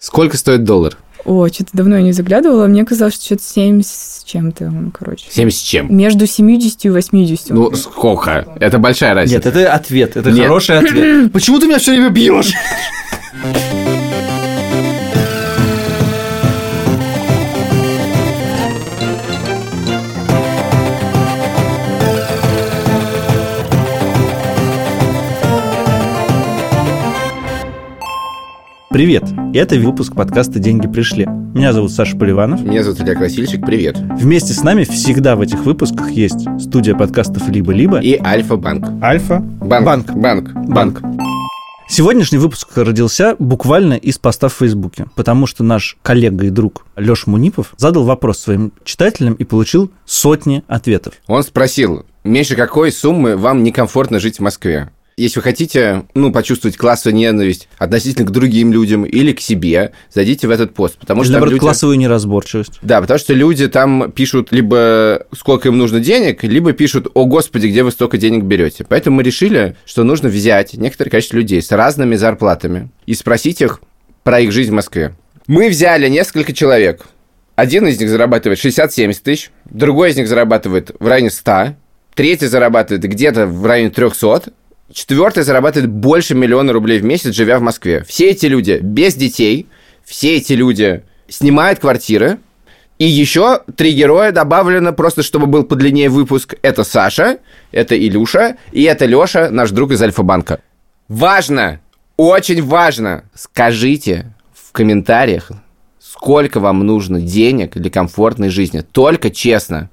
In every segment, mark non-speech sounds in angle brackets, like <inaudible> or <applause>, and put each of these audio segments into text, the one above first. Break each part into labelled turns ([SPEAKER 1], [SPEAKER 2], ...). [SPEAKER 1] Сколько стоит доллар?
[SPEAKER 2] О, что-то давно я не заглядывала. Мне казалось, что что-то 70 с чем-то, он, короче.
[SPEAKER 1] 7 с чем?
[SPEAKER 2] Между 70 и 80.
[SPEAKER 1] Ну, сколько? Это большая разница.
[SPEAKER 3] Нет, это ответ, это
[SPEAKER 1] Нет.
[SPEAKER 3] хороший <clears throat> ответ.
[SPEAKER 1] Почему ты меня все время бьешь?
[SPEAKER 3] Привет, это выпуск подкаста «Деньги пришли». Меня зовут Саша Поливанов.
[SPEAKER 1] Меня зовут Илья Красильчик, привет.
[SPEAKER 3] Вместе с нами всегда в этих выпусках есть студия подкастов «Либо-либо» и
[SPEAKER 1] И Альфа-банк.
[SPEAKER 3] «Альфа». Банк.
[SPEAKER 1] Банк.
[SPEAKER 3] Банк. Сегодняшний выпуск родился буквально из поста в Фейсбуке, потому что наш коллега и друг Леша Мунипов задал вопрос своим читателям и получил сотни ответов.
[SPEAKER 1] Он спросил, меньше какой суммы вам некомфортно жить в Москве? Если вы хотите, ну, почувствовать классовую ненависть относительно к другим людям или к себе, зайдите в этот пост, потому
[SPEAKER 3] Или,
[SPEAKER 1] что там
[SPEAKER 3] наоборот,
[SPEAKER 1] люди-
[SPEAKER 3] классовую неразборчивость.
[SPEAKER 1] Да, потому что люди там пишут либо сколько им нужно денег, либо пишут, о господи, где вы столько денег берете. Поэтому мы решили, что нужно взять некоторое количество людей с разными зарплатами и спросить их про их жизнь в Москве. Мы взяли несколько человек. Один из них зарабатывает 60-70 тысяч, другой из них зарабатывает в районе 100, третий зарабатывает где-то в районе 300, четвертый зарабатывает больше миллиона рублей в месяц, живя в Москве. Все эти люди без детей, все эти люди снимают квартиры, и еще три героя добавлено, просто чтобы был подлиннее выпуск. Это Саша, это Илюша и это Леша, наш друг из Альфа-банка. Важно, очень важно, скажите в комментариях, сколько вам нужно денег для комфортной жизни. Только честно.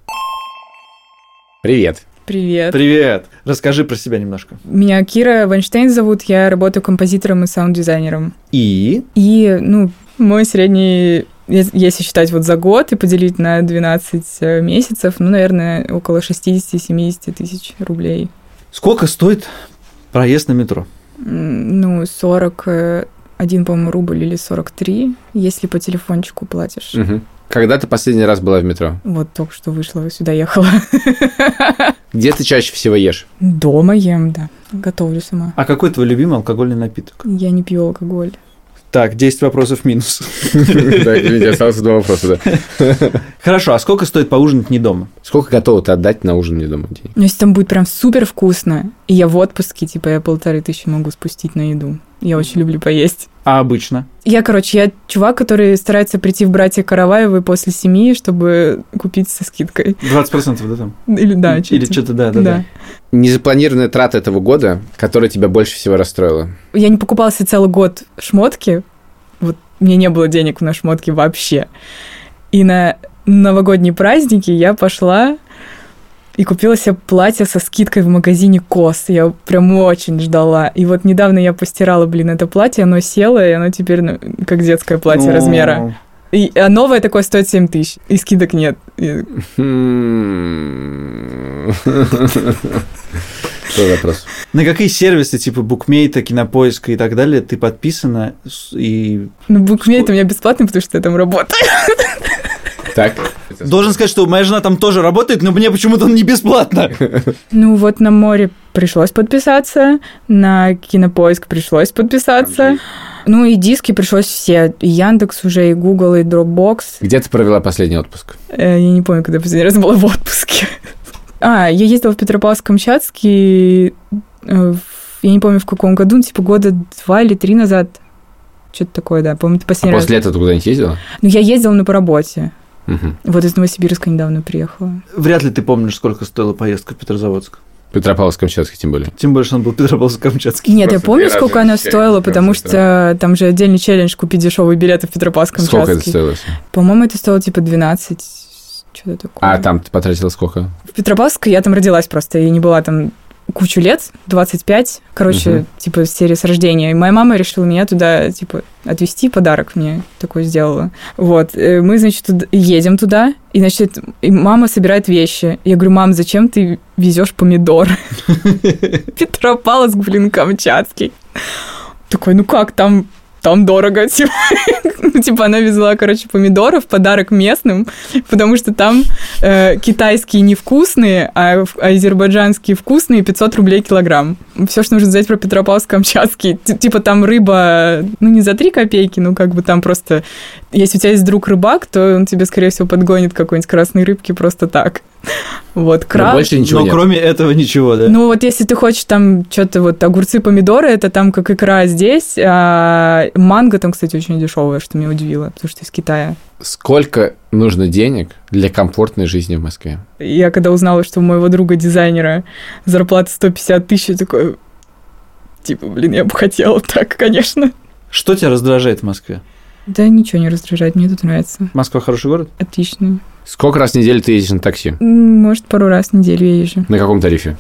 [SPEAKER 1] Привет.
[SPEAKER 2] Привет.
[SPEAKER 3] Привет! Расскажи про себя немножко.
[SPEAKER 2] Меня Кира Вайнштейн зовут, я работаю композитором и саунд-дизайнером.
[SPEAKER 3] И
[SPEAKER 2] И, ну, мой средний, ес- если считать вот за год и поделить на 12 э, месяцев, ну, наверное, около 60-70 тысяч рублей.
[SPEAKER 3] сколько стоит проезд на метро?
[SPEAKER 2] М, Ну, 41, по-моему, рубль или 43, если по телефончику платишь.
[SPEAKER 1] Когда ты последний раз была в метро?
[SPEAKER 2] Вот только что вышла, сюда ехала.
[SPEAKER 1] Где ты чаще всего <laughs> ешь?
[SPEAKER 2] Дома ем, да. Готовлю сама.
[SPEAKER 3] А какой твой любимый алкогольный напиток?
[SPEAKER 2] Я не пью алкоголь.
[SPEAKER 3] Так, 10 вопросов минус. <laughs>
[SPEAKER 1] осталось два вопроса.
[SPEAKER 3] Хорошо, а сколько стоит поужинать не дома?
[SPEAKER 1] Сколько готова ты отдать на ужин, не дома, денег?
[SPEAKER 2] Но если там будет прям супер вкусно, и я в отпуске, типа я полторы тысячи могу спустить на еду. Я очень люблю поесть.
[SPEAKER 3] А обычно?
[SPEAKER 2] Я, короче, я чувак, который старается прийти в братья Караваевы после семьи, чтобы купить со скидкой.
[SPEAKER 3] 20% да там?
[SPEAKER 2] Или да,
[SPEAKER 3] Или что-то, да, да, да.
[SPEAKER 2] Да.
[SPEAKER 1] Незапланированная трата этого года, которая тебя больше всего расстроила.
[SPEAKER 2] Я не покупала себе целый год шмотки. Вот мне не было денег на шмотки вообще. И на новогодние праздники я пошла и купила себе платье со скидкой в магазине Кос. Я прям очень ждала. И вот недавно я постирала, блин, это платье, оно село, и оно теперь ну, как детское платье
[SPEAKER 3] Ну,
[SPEAKER 2] размера. И, а новое такое стоит 7 тысяч, и скидок нет. И-
[SPEAKER 1] Хм. Что за вопрос?
[SPEAKER 3] На какие сервисы, типа Букмейта, Кинопоиска и так далее, ты подписана? с- И...
[SPEAKER 2] ну, букмейт у меня бесплатный, потому что я там работаю.
[SPEAKER 1] Так.
[SPEAKER 3] Должен сказать, что моя жена там тоже работает, но мне почему-то он
[SPEAKER 4] <laughs>
[SPEAKER 3] не бесплатно.
[SPEAKER 2] Ну вот на море пришлось подписаться, на кинопоиск пришлось подписаться. Ну и диски пришлось все. И Яндекс уже, и Google, и Dropbox.
[SPEAKER 1] Где ты провела последний отпуск?
[SPEAKER 2] Э, Я не помню, когда последний раз была в отпуске. <laughs> А, я ездила в Петропавловск-Камчатский, э, в- я не помню, в каком году, ну, типа года два или три назад. Что-то такое, да. Помню, это
[SPEAKER 1] А
[SPEAKER 2] последний
[SPEAKER 1] после этого ты куда-нибудь ездила?
[SPEAKER 2] раз. Ну, я ездила, но по работе.
[SPEAKER 1] Мгм.
[SPEAKER 2] Вот из Новосибирска недавно приехала.
[SPEAKER 3] Вряд ли ты помнишь, сколько стоила поездка в Петрозаводск.
[SPEAKER 1] Петропавловск-Камчатский, тем более.
[SPEAKER 3] Тем более, что он был Петропавловск-Камчатский.
[SPEAKER 2] Нет, я
[SPEAKER 1] Просто три
[SPEAKER 2] помню,
[SPEAKER 1] раза
[SPEAKER 2] сколько она
[SPEAKER 1] вообще,
[SPEAKER 2] стоила,
[SPEAKER 1] просто
[SPEAKER 2] потому
[SPEAKER 1] это-
[SPEAKER 2] что там же отдельный челлендж купить дешевые билеты в Петропавловск-Камчатский.
[SPEAKER 1] Сколько это стоило? всё?
[SPEAKER 2] По-моему, это стоило типа 12, что-то такое.
[SPEAKER 1] А там ты потратила сколько?
[SPEAKER 2] В Петропавловск я там родилась просто, и не была там кучу лет, 25, короче,
[SPEAKER 1] Мгм.
[SPEAKER 2] типа серия с рождения. И моя мама решила меня туда, типа, отвезти, подарок мне такой сделала. Вот, э, мы, значит, туд- едем туда, и, значит, и мама собирает вещи. Я говорю, мам, зачем ты везешь помидор? <laughs> Петропавловск, блин, Камчатский. Такой, ну как, там там дорого. <laughs> Типа, Ну, типа она везла, короче, помидоры в подарок местным, потому что там э, китайские невкусные, а в- азербайджанские вкусные 500 рублей килограмм. Все, что нужно знать про Петропавловск-Камчатский. Ти- Типа там рыба, ну, не за 3 копейки, ну, как бы там просто... Если у тебя есть друг рыбак, то он тебе, скорее всего, подгонит какой-нибудь красной рыбки просто так. Вот,
[SPEAKER 1] Но
[SPEAKER 2] краб.
[SPEAKER 1] больше ничего
[SPEAKER 4] Но
[SPEAKER 3] Ну,
[SPEAKER 1] нет.
[SPEAKER 4] кроме этого ничего, да.
[SPEAKER 2] Ну вот если ты хочешь там что-то вот огурцы, помидоры, это там как икра здесь, а манго там, кстати, очень дешевая, что меня удивило, потому что из Китая.
[SPEAKER 1] Сколько нужно денег для комфортной жизни в Москве?
[SPEAKER 2] Я когда узнала, что у моего друга-дизайнера зарплата 150 тысяч, я такой, типа, блин, я бы хотела так, конечно.
[SPEAKER 4] Что тебя раздражает в Москве?
[SPEAKER 2] Да ничего не раздражает, мне тут нравится.
[SPEAKER 4] Москва хороший город?
[SPEAKER 2] Отлично.
[SPEAKER 1] Сколько раз в неделю ты ездишь на такси?
[SPEAKER 2] М, Может, пару раз в неделю я езжу.
[SPEAKER 1] На каком тарифе?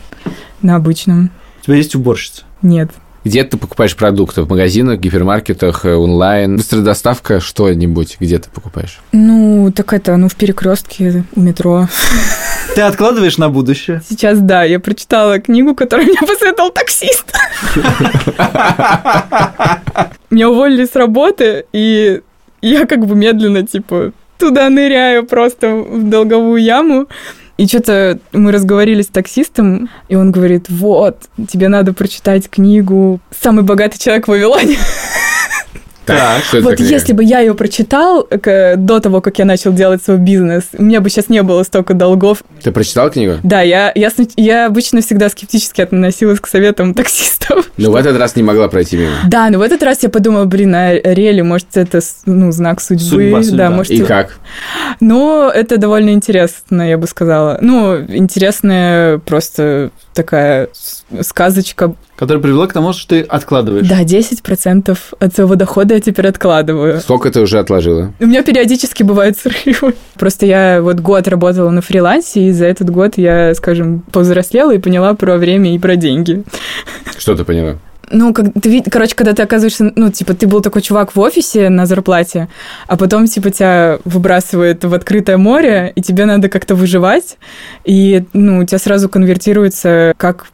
[SPEAKER 2] На обычном.
[SPEAKER 4] У тебя есть уборщица?
[SPEAKER 2] Нет.
[SPEAKER 1] Где ты покупаешь продукты? В магазинах, гипермаркетах, э, онлайн? Быстрая доставка, что-нибудь, где ты покупаешь?
[SPEAKER 2] Ну, так это, ну, в перекрестке у метро.
[SPEAKER 4] Ты откладываешь на будущее?
[SPEAKER 2] Сейчас да, я прочитала книгу, которую мне <laughs> посоветовал таксист. Меня уволили с работы, и я как бы медленно, типа, туда ныряю просто в долговую яму. И что-то мы разговаривали с таксистом, и он говорит, вот, тебе надо прочитать книгу «Самый богатый человек в Вавилоне».
[SPEAKER 1] Так, что это за
[SPEAKER 2] Вот
[SPEAKER 1] книга?
[SPEAKER 2] если бы я ее прочитал э, до того, как я начал делать свой бизнес, у меня бы сейчас не было столько долгов,
[SPEAKER 1] Ты прочитал книгу?
[SPEAKER 2] да, я, я, снач- я обычно всегда скептически относилась к советам <laughs> таксистов.
[SPEAKER 1] Ну, в этот раз не могла пройти мимо.
[SPEAKER 2] Да, но в этот раз я подумала, блин, а рели, может, это с- ну, знак судьбы.
[SPEAKER 4] Судьба, судьба.
[SPEAKER 2] Да, может,
[SPEAKER 1] И как?
[SPEAKER 2] Но это довольно интересно, я бы сказала. Ну, интересная просто такая с- сказочка.
[SPEAKER 4] Которая привела к тому, что ты откладываешь.
[SPEAKER 2] Да, 10% от своего дохода я теперь откладываю.
[SPEAKER 1] Сколько ты уже отложила?
[SPEAKER 2] У меня периодически бывают <laughs> срывы. Просто я вот год работала на фрилансе, и за этот год я, скажем, повзрослела и поняла про время и про деньги.
[SPEAKER 1] Что ты поняла?
[SPEAKER 2] Ну, как, ты, вид- короче, когда ты оказываешься, ну, типа, ты был такой чувак в офисе на зарплате, а потом, типа, тебя выбрасывает в открытое море, и тебе надо как-то выживать, и, ну, у тебя сразу конвертируется, как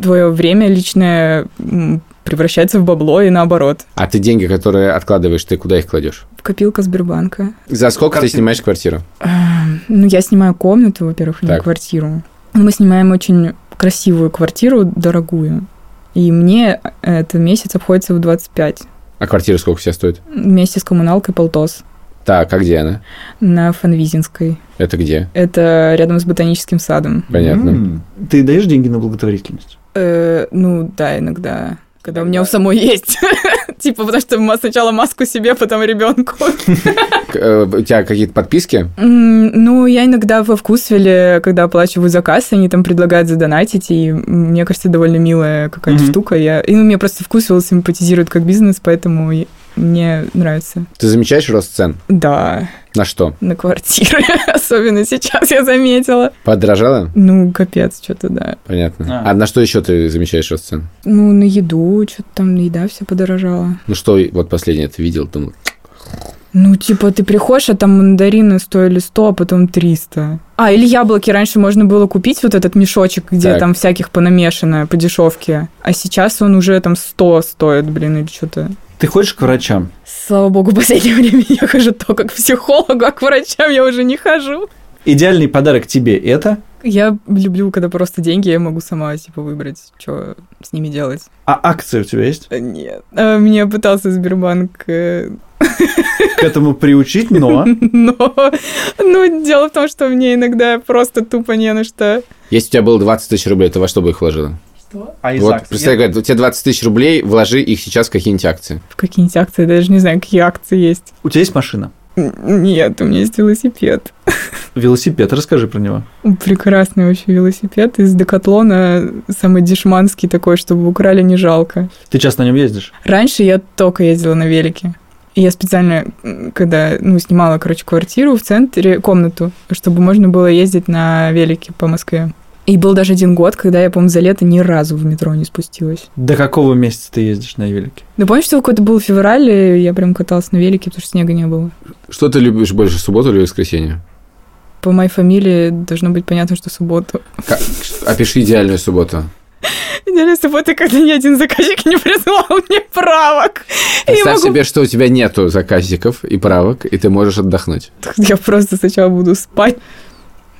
[SPEAKER 2] твое время личное м, превращается в бабло и наоборот.
[SPEAKER 1] А ты деньги, которые откладываешь, ты куда их кладешь?
[SPEAKER 2] Копилка Сбербанка.
[SPEAKER 1] За сколько ты
[SPEAKER 4] Картин-
[SPEAKER 1] снимаешь квартиру?
[SPEAKER 2] Эм, Ну, я снимаю комнату, во-первых, а не
[SPEAKER 1] Так.
[SPEAKER 2] квартиру. Но Мы снимаем очень красивую квартиру, дорогую. И мне это месяц обходится в 25.
[SPEAKER 1] А квартира сколько сейчас стоит?
[SPEAKER 2] Вместе с коммуналкой полтос
[SPEAKER 1] Так, а где она?
[SPEAKER 2] на Фанвизинской.
[SPEAKER 1] Это где?
[SPEAKER 2] Это рядом с ботаническим садом.
[SPEAKER 1] Понятно.
[SPEAKER 4] М. Ты даешь деньги на благотворительность?
[SPEAKER 2] Э, ну, да, иногда. Когда у меня у самой есть. <laughs> типа, потому что ма- сначала маску себе, потом ребенку.
[SPEAKER 1] К- э, У тебя какие-то подписки?
[SPEAKER 2] М, Ну, я иногда во вкусвеле, когда оплачиваю заказ, они там предлагают задонатить, и м, мне кажется, довольно милая какая-то
[SPEAKER 4] Мгм.
[SPEAKER 2] штука. Я, и, ну, мне просто вкусвел симпатизирует как бизнес, поэтому и- мне нравится.
[SPEAKER 1] Ты замечаешь рост цен?
[SPEAKER 2] Да,
[SPEAKER 1] На что?
[SPEAKER 2] на квартиры, <laughs> особенно сейчас я заметила.
[SPEAKER 1] Подорожало?
[SPEAKER 2] Ну, капец, что-то да.
[SPEAKER 1] Понятно.
[SPEAKER 4] А.
[SPEAKER 1] А на что еще ты замечаешь рост цен?
[SPEAKER 2] Ну, на еду, что-то там еда все подорожала.
[SPEAKER 1] Ну что, вот последнее ты видел, думал,
[SPEAKER 2] Ну, типа, ты приходишь, а там мандарины стоили 100, а потом 300. А, или яблоки раньше можно было купить, вот этот мешочек, где
[SPEAKER 1] Так.
[SPEAKER 2] там всяких понамешано по дешевке. А сейчас он уже там 100 стоит, блин, или что-то.
[SPEAKER 4] Ты ходишь к врачам?
[SPEAKER 2] Слава богу, в последнее <laughs> время я хожу то как к психологу, а к врачам я уже не хожу.
[SPEAKER 4] Идеальный подарок тебе это,
[SPEAKER 2] Я люблю, когда просто деньги, я могу сама, типа, выбрать, что с ними делать.
[SPEAKER 4] а акция у тебя есть?
[SPEAKER 2] Э, Нет. А, Меня пытался Сбербанк э,
[SPEAKER 4] К этому приучить,
[SPEAKER 1] <laughs>
[SPEAKER 4] но...
[SPEAKER 2] Но, ну, дело в том, что мне иногда просто тупо не на что.
[SPEAKER 1] если у тебя было 20 тысяч рублей, ты во что бы их вложила?
[SPEAKER 4] А из
[SPEAKER 1] вот,
[SPEAKER 4] акций?
[SPEAKER 1] представь, говорят, у тебя 20 тысяч рублей, вложи их сейчас в какие-нибудь акции.
[SPEAKER 2] В какие-нибудь акции, я даже не знаю, какие акции есть.
[SPEAKER 4] У тебя есть машина?
[SPEAKER 2] Н- Нет, у меня есть велосипед.
[SPEAKER 4] Велосипед, расскажи про него.
[SPEAKER 2] Прекрасный вообще велосипед из Декатлона, самый дешманский такой, чтобы украли, не жалко.
[SPEAKER 4] Ты часто на нем ездишь?
[SPEAKER 2] Раньше я только ездила на велике. И Я специально, м, когда, ну, снимала, короче, квартиру в центре, комнату, чтобы можно было ездить на велике по Москве. И был даже один год, когда я, по-моему, за лето ни разу в метро не спустилась.
[SPEAKER 4] До какого месяца ты ездишь на велике?
[SPEAKER 2] Ну, помнишь, что какой-то был февраль, и я прям каталась на велике, потому что снега не было.
[SPEAKER 1] Что ты любишь больше, субботу или воскресенье?
[SPEAKER 2] По моей фамилии должно быть понятно, что субботу.
[SPEAKER 1] Опиши идеальную субботу.
[SPEAKER 2] Интересно, вот и когда ни один заказчик не прислал мне правок. И я
[SPEAKER 1] Представь
[SPEAKER 2] могу-
[SPEAKER 1] себе, что у тебя нету заказчиков и правок, и ты можешь отдохнуть.
[SPEAKER 2] Я просто сначала буду спать,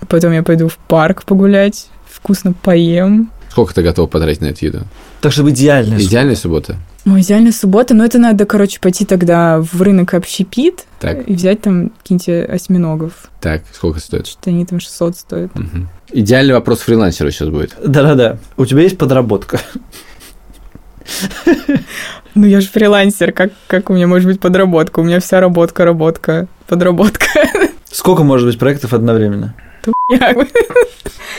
[SPEAKER 2] а потом я пойду в парк погулять, вкусно поем.
[SPEAKER 1] Сколько ты готов потратить на эту еду?
[SPEAKER 4] Так, чтобы идеально.
[SPEAKER 1] Идеальная суббота.
[SPEAKER 2] Ой, идеально суббота, но это надо, короче, пойти тогда в рынок общепит
[SPEAKER 1] Так,
[SPEAKER 2] и взять там какие-нибудь осьминогов.
[SPEAKER 1] так, сколько стоит?
[SPEAKER 2] Что-то они там 600 стоят.
[SPEAKER 1] Мгм. Идеальный вопрос фрилансера сейчас будет.
[SPEAKER 4] Да-да-да. У тебя есть подработка.
[SPEAKER 2] Ну, я же фрилансер, как, как у меня может быть подработка? У меня вся работка, работка, подработка.
[SPEAKER 4] Сколько может быть проектов одновременно?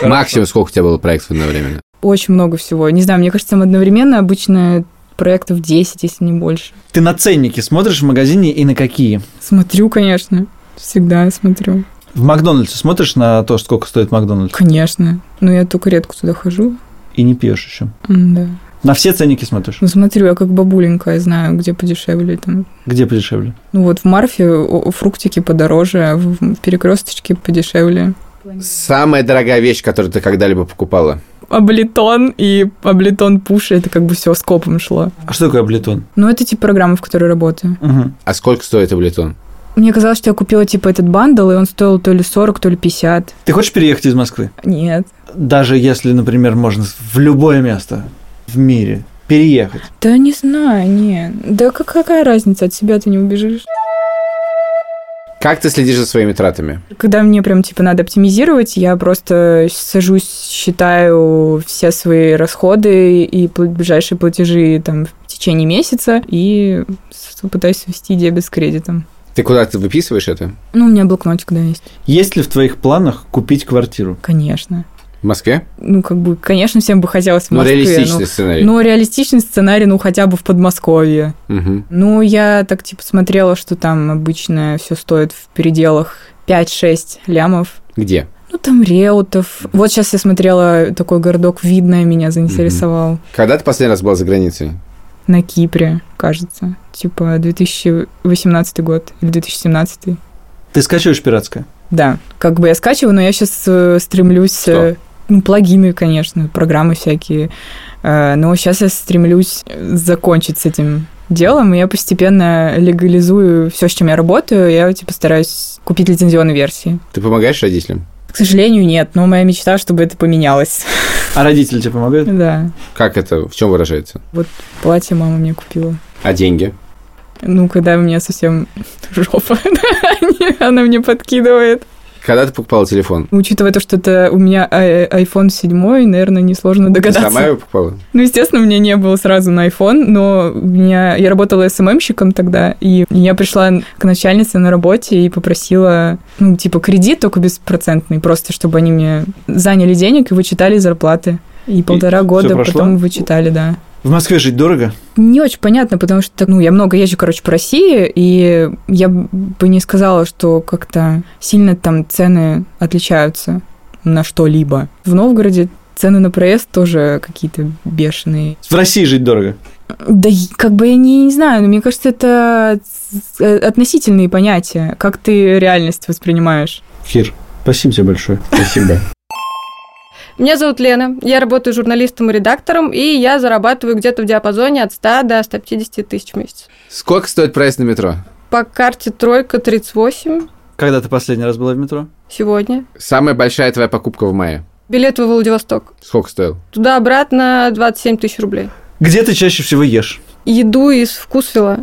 [SPEAKER 1] Максимум сколько у тебя было проектов одновременно?
[SPEAKER 2] Очень много всего. Не знаю, мне кажется, там одновременно обычно проектов 10, если не больше.
[SPEAKER 4] Ты на ценники смотришь в магазине и на какие?
[SPEAKER 2] Смотрю, конечно. Всегда смотрю.
[SPEAKER 4] В Макдональдсе смотришь на то, сколько стоит Макдональдс,
[SPEAKER 2] Конечно. Но я только редко туда хожу.
[SPEAKER 4] и не пьешь еще.
[SPEAKER 2] Да.
[SPEAKER 4] На все ценники смотришь.
[SPEAKER 2] Ну, смотрю, я как бабуленькая знаю, где подешевле там.
[SPEAKER 4] Где подешевле?
[SPEAKER 2] Ну, вот в Марфе о, фруктики подороже, а в перекресточке подешевле.
[SPEAKER 1] Самая дорогая вещь, которую ты когда-либо покупала.
[SPEAKER 2] Облитон и облитон пуши, это как бы все скопом шло.
[SPEAKER 4] А что такое облитон?
[SPEAKER 2] Ну, это типа программа, в которой работаю.
[SPEAKER 4] Мгм.
[SPEAKER 1] А сколько стоит облитон?
[SPEAKER 2] Мне казалось, что я купила типа этот бандл, и он стоил то ли 40, то ли 50.
[SPEAKER 4] Ты хочешь переехать из Москвы?
[SPEAKER 2] Нет.
[SPEAKER 4] Даже если, например, можно в любое место в мире переехать.
[SPEAKER 2] Да не знаю, не. Да как, какая разница, от себя ты не убежишь.
[SPEAKER 1] Как ты следишь за своими тратами?
[SPEAKER 2] Когда мне прям типа надо оптимизировать, я просто сажусь, считаю все свои расходы и пл- ближайшие платежи там в течение месяца и с- пытаюсь вести дебет с кредитом.
[SPEAKER 1] Ты куда-то выписываешь это?
[SPEAKER 2] Ну, у меня блокнотик, да, есть.
[SPEAKER 4] Есть ли в твоих планах купить квартиру?
[SPEAKER 2] Конечно.
[SPEAKER 1] В Москве?
[SPEAKER 2] Ну, как бы, конечно, всем бы хотелось в
[SPEAKER 1] Ну,
[SPEAKER 2] Москве. ну.
[SPEAKER 1] реалистичный сценарий.
[SPEAKER 2] но реалистичный сценарий, ну, хотя бы в Подмосковье.
[SPEAKER 1] Мгм.
[SPEAKER 2] Ну, я так типа смотрела, что там обычно все стоит в пределах 5-6 лямов.
[SPEAKER 1] Где?
[SPEAKER 2] Ну, там Реутов. Вот сейчас я смотрела такой городок, видное меня заинтересовал.
[SPEAKER 1] Когда ты последний раз была за границей?
[SPEAKER 2] На Кипре, кажется. Типа 2018 год или 2017.
[SPEAKER 4] Ты скачиваешь пиратское?
[SPEAKER 2] Да, как бы я скачиваю, но я сейчас стремлюсь... э, Ну, плагины, конечно, программы всякие. Э, Но сейчас я стремлюсь э, закончить с этим делом, и я постепенно легализую все, с чем я работаю. Я, типа, стараюсь купить лицензионные версии.
[SPEAKER 1] Ты помогаешь родителям?
[SPEAKER 2] К сожалению, нет, но моя мечта, чтобы это поменялось.
[SPEAKER 4] А родители тебе помогают?
[SPEAKER 2] Да,
[SPEAKER 1] Как это? В чем выражается?
[SPEAKER 2] платье мама мне купила.
[SPEAKER 1] А деньги?
[SPEAKER 2] Ну, когда у меня совсем <laughs> жопа, она мне подкидывает.
[SPEAKER 1] Когда ты покупала телефон?
[SPEAKER 2] Учитывая то, что это у меня а- iPhone 7, наверное, несложно
[SPEAKER 1] Ты
[SPEAKER 2] догадаться.
[SPEAKER 1] сама его покупала?
[SPEAKER 2] Ну, естественно, у меня не было сразу на iPhone, но у меня... я работала СММщиком тогда, и я пришла к начальнице на работе и попросила, ну, типа, кредит, только беспроцентный, просто чтобы они мне заняли денег и вычитали из зарплаты. И полтора
[SPEAKER 4] всё
[SPEAKER 2] года
[SPEAKER 4] прошло?
[SPEAKER 2] потом вычитали, да.
[SPEAKER 4] В Москве жить дорого?
[SPEAKER 2] Не очень понятно, потому что, ну, я много езжу, короче, по России, и я бы не сказала, что как-то сильно там цены отличаются на что-либо. В Новгороде цены на проезд тоже какие-то бешеные.
[SPEAKER 4] В России жить дорого.
[SPEAKER 2] Да и как бы я не, не знаю, но мне кажется, это с- э, относительные понятия, как ты реальность воспринимаешь.
[SPEAKER 4] Кир, спасибо тебе большое.
[SPEAKER 1] Спасибо.
[SPEAKER 5] Меня зовут Лена, я работаю журналистом и редактором, и я зарабатываю где-то в диапазоне от 100 до 150 тысяч в месяц.
[SPEAKER 1] Сколько стоит проезд на метро?
[SPEAKER 5] По карте тройка 38
[SPEAKER 4] Когда ты последний раз была в метро?
[SPEAKER 5] сегодня.
[SPEAKER 1] Самая большая твоя покупка в мае?
[SPEAKER 5] Билет во Владивосток.
[SPEAKER 1] Сколько стоил?
[SPEAKER 5] Туда-обратно 27 тысяч рублей.
[SPEAKER 4] Где ты чаще всего ешь?
[SPEAKER 5] Еду из вкусвела.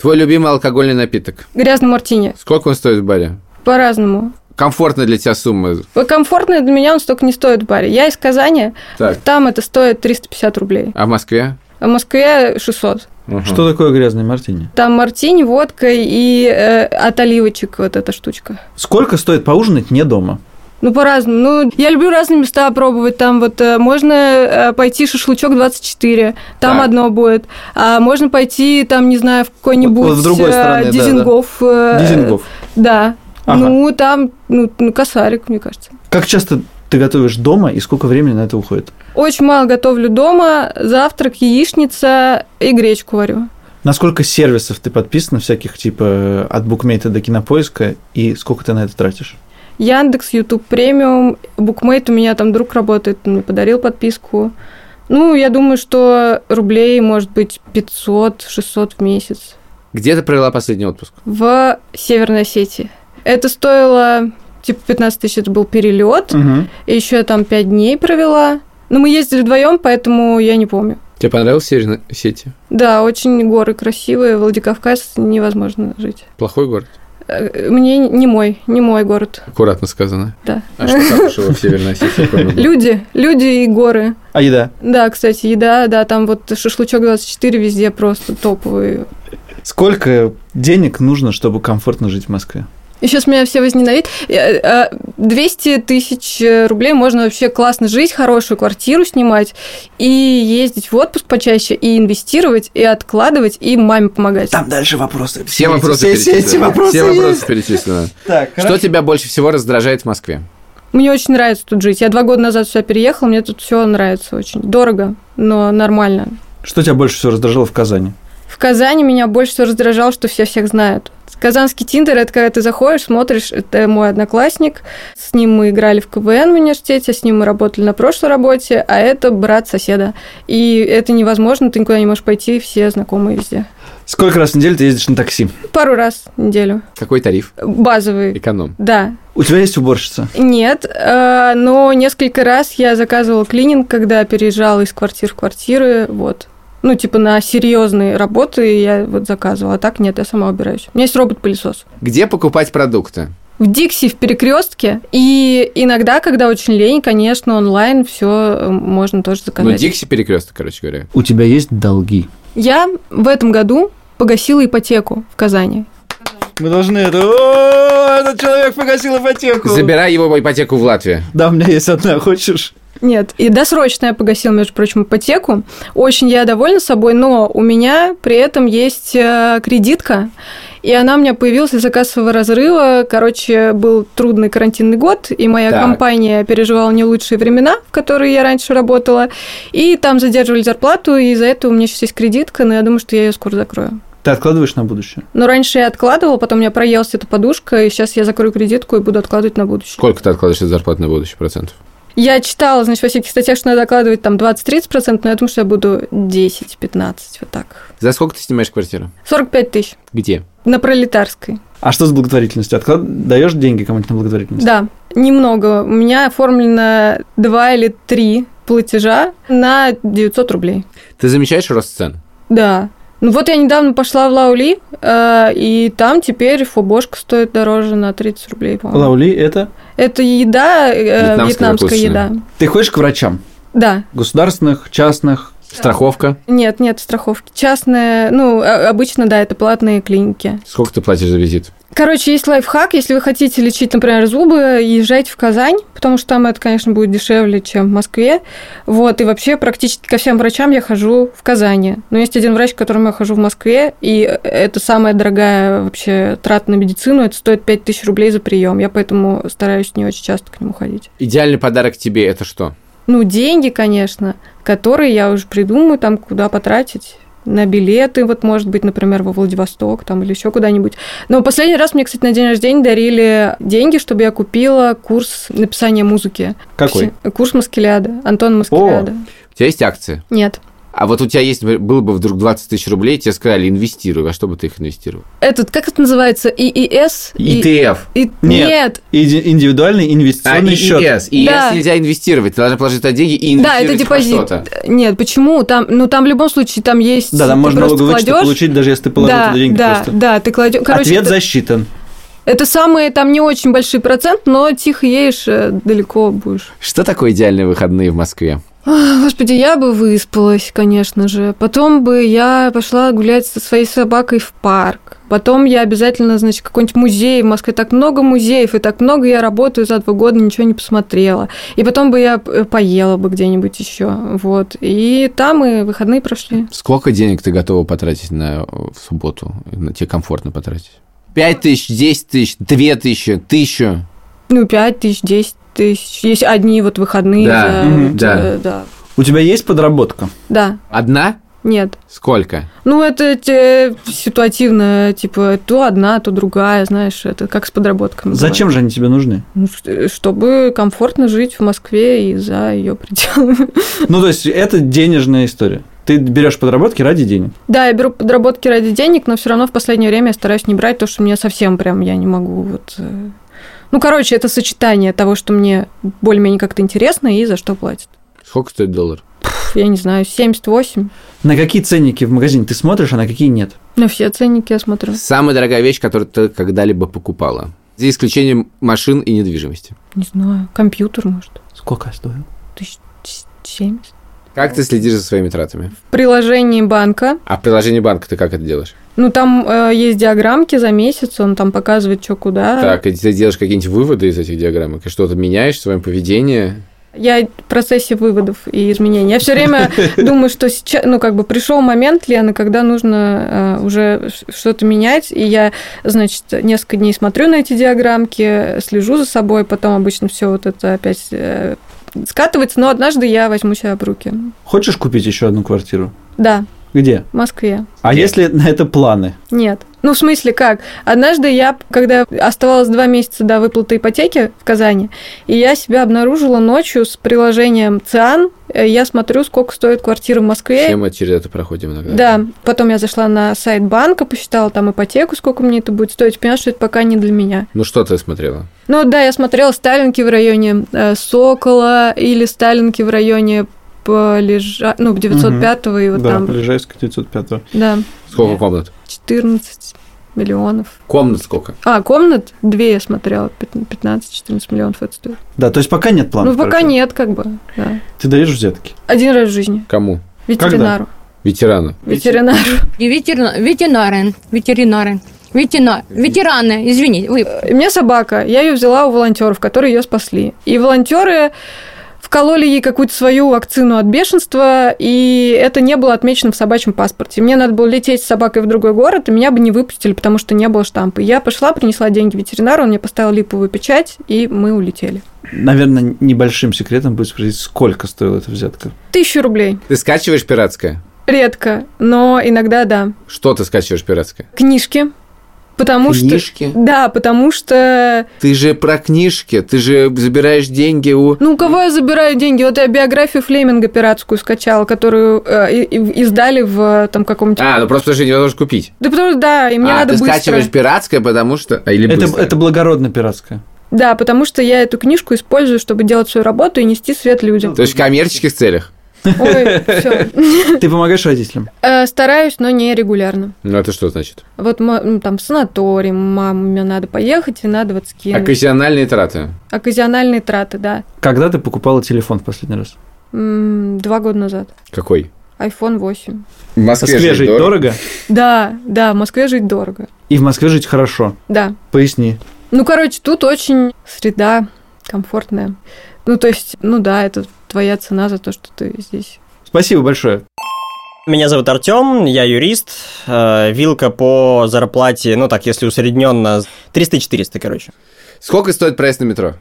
[SPEAKER 1] Твой любимый алкогольный напиток?
[SPEAKER 5] Грязный мартини.
[SPEAKER 1] Сколько он стоит в баре?
[SPEAKER 5] По-разному.
[SPEAKER 1] Комфортно для тебя сумма?
[SPEAKER 5] Вот Комфортный для меня он столько не стоит в баре. Я из Казани,
[SPEAKER 1] Так.
[SPEAKER 5] там это стоит 350 рублей.
[SPEAKER 1] А в Москве?
[SPEAKER 5] А в Москве 600.
[SPEAKER 1] Мгм.
[SPEAKER 4] Что такое грязный мартини?
[SPEAKER 5] Там мартини, водка и э, от оливочек вот эта штучка.
[SPEAKER 4] Сколько стоит поужинать не дома?
[SPEAKER 5] Ну, по-разному. Ну, я люблю разные места пробовать. Там вот э, можно э, пойти шашлычок 24, там
[SPEAKER 1] Так.
[SPEAKER 5] одно будет. А можно пойти, там, не знаю, в какой-нибудь
[SPEAKER 4] Вот- вот в другой
[SPEAKER 5] э,
[SPEAKER 4] стороне, да,
[SPEAKER 5] Дизингов. э,
[SPEAKER 4] Дизингов.
[SPEAKER 5] Да.
[SPEAKER 4] Ага.
[SPEAKER 5] Ну, там, ну, ну, косарик, мне кажется.
[SPEAKER 4] Как часто ты готовишь дома и сколько времени на это уходит?
[SPEAKER 5] Очень мало готовлю дома. Завтрак, яичница и гречку варю.
[SPEAKER 4] На сколько сервисов ты подписана, всяких типа от букмейта до кинопоиска, и сколько ты на это тратишь?
[SPEAKER 5] Яндекс, Ютуб премиум, букмейт у меня там друг работает, он мне подарил подписку. Ну, я думаю, что рублей, может быть, 500-600 в месяц
[SPEAKER 1] Где ты провела последний отпуск?
[SPEAKER 5] в Северной Осетии. Это стоило, типа, 15 тысяч, это был перелет. И еще я там 5 дней провела. Но мы ездили вдвоем, поэтому я не помню.
[SPEAKER 1] Тебе понравилась Северная Осетия?
[SPEAKER 5] Да, очень горы красивые, Владикавказ невозможно жить.
[SPEAKER 1] Плохой город?
[SPEAKER 5] Э, Мне не мой, не мой город,
[SPEAKER 1] Аккуратно сказано.
[SPEAKER 5] да.
[SPEAKER 1] А что хорошего в Северной Осетии? кроме гор?
[SPEAKER 5] Люди, люди и горы.
[SPEAKER 4] А еда?
[SPEAKER 5] Да, кстати, еда, да, там вот шашлычок 24 везде просто топовый.
[SPEAKER 4] Сколько денег нужно, чтобы комфортно жить в Москве?
[SPEAKER 5] И сейчас меня все возненавидят. Э, э, 200 тысяч э, рублей можно вообще классно жить, хорошую квартиру снимать, и ездить в отпуск почаще, и инвестировать, и откладывать, и маме помогать.
[SPEAKER 4] дальше вопросы.
[SPEAKER 1] Все вопросы перечислены. Все вопросы перечислены.
[SPEAKER 4] Так,
[SPEAKER 1] Что тебя больше всего раздражает в Москве?
[SPEAKER 5] Мне очень нравится тут жить. Я два года назад сюда переехала, мне тут все нравится очень. Дорого, но нормально.
[SPEAKER 4] Что тебя больше всего раздражало в Казани?
[SPEAKER 5] В Казани меня больше всего раздражало, что все всех знают. Казанский Тиндер – это когда ты заходишь, смотришь, это мой одноклассник, с ним мы играли в КВН в университете, с ним мы работали на прошлой работе, а это брат соседа. И это невозможно, ты никуда не можешь пойти, все знакомые везде.
[SPEAKER 4] Сколько раз в неделю ты ездишь на такси?
[SPEAKER 5] Пару раз в неделю.
[SPEAKER 1] Какой тариф?
[SPEAKER 5] Базовый,
[SPEAKER 1] Эконом.
[SPEAKER 5] да.
[SPEAKER 4] У тебя есть уборщица?
[SPEAKER 5] Нет, э, но несколько раз я заказывала клининг, когда переезжала из квартир в квартиры, вот. Ну, типа на серьезные работы я вот заказывала, а так нет, я сама убираюсь. У меня есть робот-пылесос.
[SPEAKER 1] Где покупать продукты?
[SPEAKER 5] В Дикси, в перекрестке. И иногда, когда очень лень, конечно, онлайн все можно тоже
[SPEAKER 1] Ну,
[SPEAKER 5] заказать.
[SPEAKER 1] Дикси перекресток, короче говоря.
[SPEAKER 4] У тебя есть долги.
[SPEAKER 5] Я в этом году погасила ипотеку в Казани.
[SPEAKER 4] Мы должны это... О, этот человек погасил ипотеку.
[SPEAKER 1] Забирай его ипотеку в Латвии.
[SPEAKER 4] Да, у меня есть одна, хочешь?
[SPEAKER 5] Нет, и досрочно я погасила, между прочим, ипотеку. Очень я довольна собой, но у меня при этом есть э, кредитка, и она у меня появилась из-за кассового разрыва. Короче, был трудный карантинный год, и моя
[SPEAKER 1] Так.
[SPEAKER 5] компания переживала не лучшие времена, в которые я раньше работала, и там задерживали зарплату, и из-за этого у меня сейчас есть кредитка, но я думаю, что я ее скоро закрою.
[SPEAKER 4] Ты откладываешь на будущее?
[SPEAKER 5] Но раньше я откладывала, потом у меня проелась эта подушка, и сейчас я закрою кредитку и буду откладывать на будущее.
[SPEAKER 1] Сколько ты откладываешь от зарплаты на будущее процентов?
[SPEAKER 5] Я читала, значит, во всяких статьях, что надо откладывать там 20-30%, но я думаю, что я буду 10-15, вот так.
[SPEAKER 1] За сколько ты снимаешь квартиру?
[SPEAKER 5] 45 тысяч
[SPEAKER 1] Где?
[SPEAKER 5] на Пролетарской.
[SPEAKER 4] А что с благотворительностью? Отклад... Даешь деньги кому-нибудь на благотворительность?
[SPEAKER 5] Да, немного. У меня оформлено 2 или 3 платежа на 900 рублей.
[SPEAKER 1] Ты замечаешь рост цен?
[SPEAKER 5] Да. Ну вот я недавно пошла в Лаули, э, и там теперь фобошка стоит дороже на 30 рублей, по-моему.
[SPEAKER 4] Лаули это...
[SPEAKER 5] Это еда, э,
[SPEAKER 1] Вьетнамская
[SPEAKER 5] вьетнамская
[SPEAKER 1] закусочная.
[SPEAKER 5] еда.
[SPEAKER 4] Ты ходишь к врачам?
[SPEAKER 5] Да,
[SPEAKER 4] Государственных, частных?
[SPEAKER 1] Страховка?
[SPEAKER 5] нет, нет страховки. Частная, ну, о- обычно, да, это платные клиники.
[SPEAKER 1] Сколько ты платишь за визит?
[SPEAKER 5] Короче, есть лайфхак, если вы хотите лечить, например, зубы, езжайте в Казань, потому что там это, конечно, будет дешевле, чем в Москве. Вот, и вообще практически ко всем врачам я хожу в Казани. Но есть один врач, к которому я хожу в Москве, и это самая дорогая вообще трата на медицину, это стоит 5000 рублей за прием. Я поэтому стараюсь не очень часто к нему ходить.
[SPEAKER 1] Идеальный подарок тебе – это что?
[SPEAKER 5] Ну, деньги, конечно, которые я уже придумаю, там, куда потратить. На билеты, вот, может быть, например, во Владивосток там или еще куда-нибудь. Но последний раз мне, кстати, на день рождения дарили деньги, чтобы я купила курс написания музыки.
[SPEAKER 4] Какой?
[SPEAKER 5] Все- Курс Маскеляда, Антон Маскеляда.
[SPEAKER 1] У тебя есть акции?
[SPEAKER 5] Нет.
[SPEAKER 1] А вот у тебя есть, было бы вдруг 20 тысяч рублей, тебе сказали, инвестируй, во что бы ты их инвестировал?
[SPEAKER 5] Этот, как это называется, ИИС? И-
[SPEAKER 1] ETF.
[SPEAKER 5] и-
[SPEAKER 4] Нет. Иди- Индивидуальный
[SPEAKER 1] А
[SPEAKER 4] инвестиционный счет.
[SPEAKER 1] EES. EES
[SPEAKER 5] Да.
[SPEAKER 1] нельзя инвестировать. Ты должна положить туда деньги и
[SPEAKER 5] Да,
[SPEAKER 1] инвестировать
[SPEAKER 5] это
[SPEAKER 1] во
[SPEAKER 5] депозит.
[SPEAKER 1] что-то.
[SPEAKER 5] Нет, почему? Там, ну, там в любом случае, там есть...
[SPEAKER 4] Да, там
[SPEAKER 5] ты
[SPEAKER 4] можно
[SPEAKER 5] просто
[SPEAKER 4] налоговый вычет
[SPEAKER 5] кладешь-
[SPEAKER 4] получить, даже если ты положил
[SPEAKER 5] да,
[SPEAKER 4] туда деньги
[SPEAKER 5] да,
[SPEAKER 4] просто.
[SPEAKER 5] да, ты кладешь... Короче,
[SPEAKER 4] Ответ
[SPEAKER 5] это-
[SPEAKER 4] засчитан.
[SPEAKER 5] Это самые там не очень большие процент, но тихо едешь, э, далеко будешь.
[SPEAKER 1] Что такое идеальные выходные в Москве?
[SPEAKER 5] Ах, Господи, я бы выспалась, конечно же. Потом бы я пошла гулять со своей собакой в парк. Потом я обязательно, значит, какой-нибудь музей. В Москве так много музеев, и так много я работаю за два года, ничего не посмотрела. И потом бы я э, поела бы где-нибудь еще. Вот. И там и выходные прошли.
[SPEAKER 1] Сколько денег ты готова потратить на э, в субботу? На- тебе комфортно потратить? 5 тысяч, 10 тысяч, 2 тысячи, 1000.
[SPEAKER 5] Ну, пять тысяч, десять тысяч. Есть одни вот выходные.
[SPEAKER 1] Да,
[SPEAKER 5] за-
[SPEAKER 4] мгм,
[SPEAKER 5] э,
[SPEAKER 1] да.
[SPEAKER 5] да.
[SPEAKER 4] У тебя есть подработка?
[SPEAKER 5] Да.
[SPEAKER 1] Одна?
[SPEAKER 5] Нет.
[SPEAKER 1] Сколько?
[SPEAKER 5] Ну, это те- ситуативно, типа, то одна, то другая, знаешь, это как с подработками. бывает.
[SPEAKER 4] Зачем же они тебе нужны?
[SPEAKER 5] Ну, ш- чтобы комфортно жить в Москве и за ее пределами. <laughs>
[SPEAKER 4] Ну, то есть, это денежная история. Ты берешь подработки ради денег.
[SPEAKER 5] Да, я беру подработки ради денег, но все равно в последнее время я стараюсь не брать то, что мне совсем прям я не могу вот. э. Ну, короче, это сочетание того, что мне более-менее как-то интересно и за что платят.
[SPEAKER 1] Сколько стоит доллар?
[SPEAKER 5] Пф, Я не знаю, 78.
[SPEAKER 4] На какие ценники в магазине ты смотришь, а на какие нет?
[SPEAKER 5] На все ценники я смотрю.
[SPEAKER 1] Самая дорогая вещь, которую ты когда-либо покупала. За исключением машин и недвижимости.
[SPEAKER 5] Не знаю, компьютер, может,
[SPEAKER 4] Сколько стоил?
[SPEAKER 5] тысяч с- 70.
[SPEAKER 1] Как ты следишь за своими тратами?
[SPEAKER 5] В приложении банка,
[SPEAKER 1] А в приложении банка ты как это делаешь?
[SPEAKER 5] ну, там э, есть диаграммки за месяц, он там показывает, что куда.
[SPEAKER 1] Так, и ты делаешь какие-нибудь выводы из этих диаграммок? И что-то меняешь в своем поведении?
[SPEAKER 5] Я в процессе выводов и изменений. Я все время думаю, что сейчас, ну, как бы пришел момент, Лена, когда нужно э, уже ш- что-то менять. И я, значит, несколько дней смотрю на эти диаграммки, слежу за собой, потом обычно все вот это опять э, скатывается, но однажды я возьму себя в руки.
[SPEAKER 4] Хочешь купить еще одну квартиру?
[SPEAKER 5] Да,
[SPEAKER 4] Где?
[SPEAKER 5] в Москве.
[SPEAKER 4] А
[SPEAKER 1] Где?
[SPEAKER 4] если на это планы?
[SPEAKER 5] Нет. Ну, в смысле, как? Однажды я, когда оставалось два месяца до выплаты ипотеки в Казани, и я себя обнаружила ночью с приложением ЦИАН, Э, я смотрю, сколько стоит квартира в Москве.
[SPEAKER 1] Все мы через это проходим иногда.
[SPEAKER 5] Э? Да, потом я зашла на сайт банка, посчитала там ипотеку, сколько мне это будет стоить, поняла, что это пока не для меня.
[SPEAKER 1] Ну что ты смотрела?
[SPEAKER 5] Ну да, я смотрела сталинки в районе э, Сокола или сталинки в районе Полежа... ну, 905 и вот там.
[SPEAKER 4] Полежайская 905.
[SPEAKER 5] Да,
[SPEAKER 1] Сколько
[SPEAKER 5] Нет.
[SPEAKER 1] комнат?
[SPEAKER 5] 14 миллионов.
[SPEAKER 1] Комнат сколько?
[SPEAKER 5] А, комнат? Две я смотрела, пят- 15-14 миллионов это стоит.
[SPEAKER 4] Да, то есть пока нет планов.
[SPEAKER 5] ну, пока
[SPEAKER 4] короче.
[SPEAKER 5] нет, как бы, да.
[SPEAKER 4] Ты даешь взятки.
[SPEAKER 5] Один раз в жизни.
[SPEAKER 1] Кому?
[SPEAKER 5] Ветеринару.
[SPEAKER 1] Ветерану.
[SPEAKER 5] Ветеринару.
[SPEAKER 6] И ветерина- ветеринары, ветеринары, ветерина- ветераны, извините, вы
[SPEAKER 5] У меня собака, я ее взяла у волонтеров, которые ее спасли. И волонтеры вкололи ей какую-то свою вакцину от бешенства, и это не было отмечено в собачьем паспорте. Мне надо было лететь с собакой в другой город, и меня бы не выпустили, потому что не было штампа. Я пошла, принесла деньги ветеринару, он мне поставил липовую печать, и мы улетели.
[SPEAKER 4] Наверное, небольшим секретом будет спросить, сколько стоила эта взятка.
[SPEAKER 5] Тысячу рублей.
[SPEAKER 1] Ты скачиваешь пиратское?
[SPEAKER 5] Редко, но иногда да.
[SPEAKER 1] Что ты скачиваешь пиратское?
[SPEAKER 5] Книжки. Потому что...
[SPEAKER 1] Книжки?
[SPEAKER 5] Да, потому что...
[SPEAKER 1] Ты же про книжки, ты же забираешь деньги у...
[SPEAKER 5] Ну, у кого я забираю деньги? Вот я биографию Флеминга пиратскую скачала, которую э, и- и- издали в э, там каком-нибудь...
[SPEAKER 1] А, ну просто же невозможно купить.
[SPEAKER 5] Да потому что, да, и мне
[SPEAKER 1] а,
[SPEAKER 5] надо
[SPEAKER 1] ты
[SPEAKER 5] быстро.
[SPEAKER 1] скачиваешь пиратское, потому что... А, или
[SPEAKER 4] Это,
[SPEAKER 1] быстро.
[SPEAKER 4] это благородно пиратская.
[SPEAKER 5] Да, потому что я эту книжку использую, чтобы делать свою работу и нести свет
[SPEAKER 1] <laughs>
[SPEAKER 5] людям.
[SPEAKER 1] То есть в коммерческих целях?
[SPEAKER 5] Ой, все.
[SPEAKER 4] Ты помогаешь родителям.
[SPEAKER 5] Стараюсь, но не регулярно.
[SPEAKER 1] Ну это что значит?
[SPEAKER 5] Вот мо- ну, там в санаторий, мам, мне надо поехать, и надо вот скинуть.
[SPEAKER 1] Окказиональные А траты.
[SPEAKER 5] Оказиональные траты, да.
[SPEAKER 4] Когда ты покупала телефон в последний раз?
[SPEAKER 5] М, Два года назад.
[SPEAKER 1] Какой?
[SPEAKER 5] iPhone 8.
[SPEAKER 1] В
[SPEAKER 4] В Москве жить дорого?
[SPEAKER 5] Да, да, в Москве жить дорого.
[SPEAKER 4] И в Москве жить хорошо.
[SPEAKER 5] Да.
[SPEAKER 4] Поясни.
[SPEAKER 5] Ну, короче, тут очень среда комфортная. Ну, то есть, ну да, это твоя цена за то, что ты здесь.
[SPEAKER 4] Спасибо большое.
[SPEAKER 7] Меня зовут Артем, я юрист. Э, Вилка по зарплате, ну так, если усредненно, 300-400, короче.
[SPEAKER 1] Сколько стоит проезд на метро?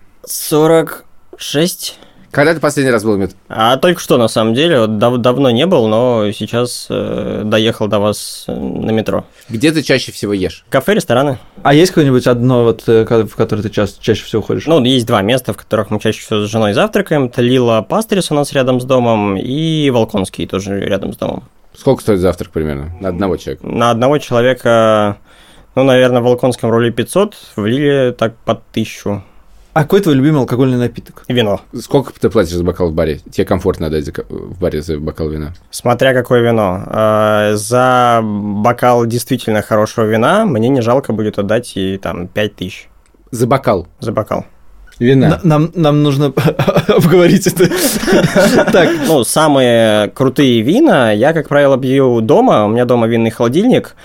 [SPEAKER 7] 46.
[SPEAKER 1] Когда ты последний раз был в метро?
[SPEAKER 7] А только что, на самом деле, вот дав- давно не был, но сейчас э, доехал до вас э, на метро.
[SPEAKER 1] Где ты чаще всего ешь?
[SPEAKER 7] Кафе, рестораны.
[SPEAKER 4] А есть какое-нибудь одно, вот, э, ко- в которое ты ча- чаще всего ходишь?
[SPEAKER 7] Ну, есть два места, в которых мы чаще всего с женой завтракаем. Это Лила Пастерис у нас рядом с домом и Волконский тоже рядом с домом.
[SPEAKER 1] Сколько стоит завтрак примерно? На одного человека.
[SPEAKER 7] На одного человека, ну, наверное, в Волконском руле 500, в Лиле так под 1000.
[SPEAKER 4] А какой твой любимый алкогольный напиток?
[SPEAKER 7] Вино.
[SPEAKER 1] Сколько ты платишь за бокал в баре? Тебе комфортно отдать за ко- в баре за бокал вина?
[SPEAKER 7] Смотря какое вино. Э, За бокал действительно хорошего вина мне не жалко будет отдать и там 5000
[SPEAKER 1] За бокал.
[SPEAKER 7] за бокал.
[SPEAKER 1] Вина.
[SPEAKER 4] На- Нам, нам нужно <laughs> обговорить <laughs> это.
[SPEAKER 3] <laughs>
[SPEAKER 4] Так,
[SPEAKER 7] Ну, самые крутые вина я, как правило, пью дома. У меня дома винный холодильник.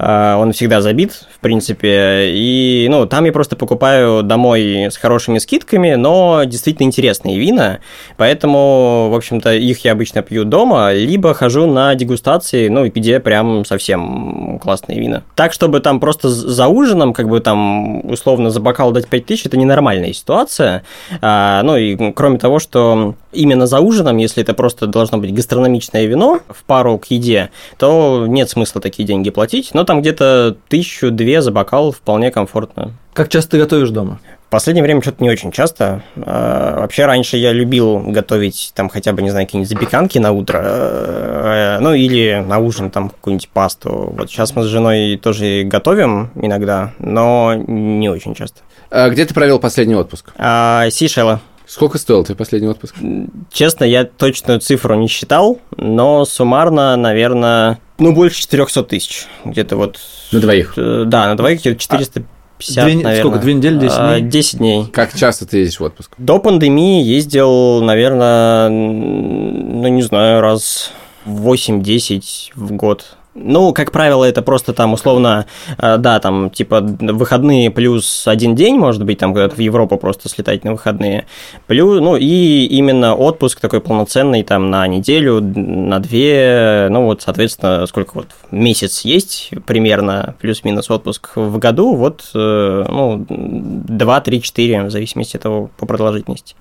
[SPEAKER 7] Э, Он всегда забит, в принципе. И, ну, там я просто покупаю домой с хорошими скидками, но действительно интересные вина. Поэтому, в общем-то, их я обычно пью дома, либо хожу на дегустации, ну, где прям совсем классные вина. Так, чтобы там просто з- за ужином, как бы там условно за бокал дать 5000, это ненормальная ситуация. А, ну и кроме того, что именно за ужином, если это просто должно быть гастрономичное вино в пару к еде, то нет смысла такие деньги платить. Но там где-то тысячу-две за бокал вполне комфортно.
[SPEAKER 3] Как часто ты готовишь дома?
[SPEAKER 7] В последнее время что-то не очень часто. А, Вообще раньше я любил готовить там хотя бы, не знаю, какие-нибудь запеканки на утро, э, ну или на ужин там какую-нибудь пасту. Вот сейчас мы с женой тоже готовим иногда, но не очень часто.
[SPEAKER 1] А где ты провел последний отпуск?
[SPEAKER 7] А, Сейшела.
[SPEAKER 1] Сколько стоил твой последний отпуск?
[SPEAKER 7] Честно, я точную цифру не считал, но суммарно, наверное, ну больше 400 тысяч. Где-то вот...
[SPEAKER 1] На двоих.
[SPEAKER 7] э, Да, на двоих где-то 450,
[SPEAKER 3] Две не-
[SPEAKER 7] наверное.
[SPEAKER 3] сколько, две недели, 10
[SPEAKER 7] А,
[SPEAKER 3] дней?
[SPEAKER 7] 10 дней.
[SPEAKER 1] Как часто ты ездишь в отпуск?
[SPEAKER 7] До пандемии ездил, наверное, ну, не знаю, раз 8-10 в год. Ну, как правило, это просто там условно, э, да, там типа выходные плюс один день, может быть, там куда-то в Европу просто слетать на выходные. Плюс, ну, и именно отпуск такой полноценный там на неделю, на две, ну, вот, соответственно, сколько вот месяц есть примерно, плюс-минус отпуск в году, вот, э, ну, 2, 3, 4, в зависимости от того, по продолжительности.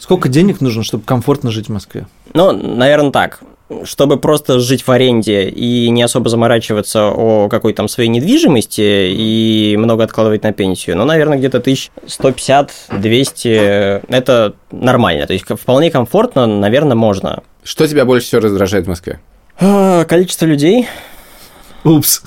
[SPEAKER 3] Сколько денег нужно, чтобы комфортно жить в Москве?
[SPEAKER 7] Ну, наверное, так. Чтобы просто жить в аренде и не особо заморачиваться о какой там своей недвижимости и много откладывать на пенсию, ну, наверное, где-то 1150-200 это нормально. То есть вполне комфортно, наверное, можно.
[SPEAKER 1] Что тебя больше всего раздражает в Москве?
[SPEAKER 7] А, Количество людей.
[SPEAKER 3] Упс.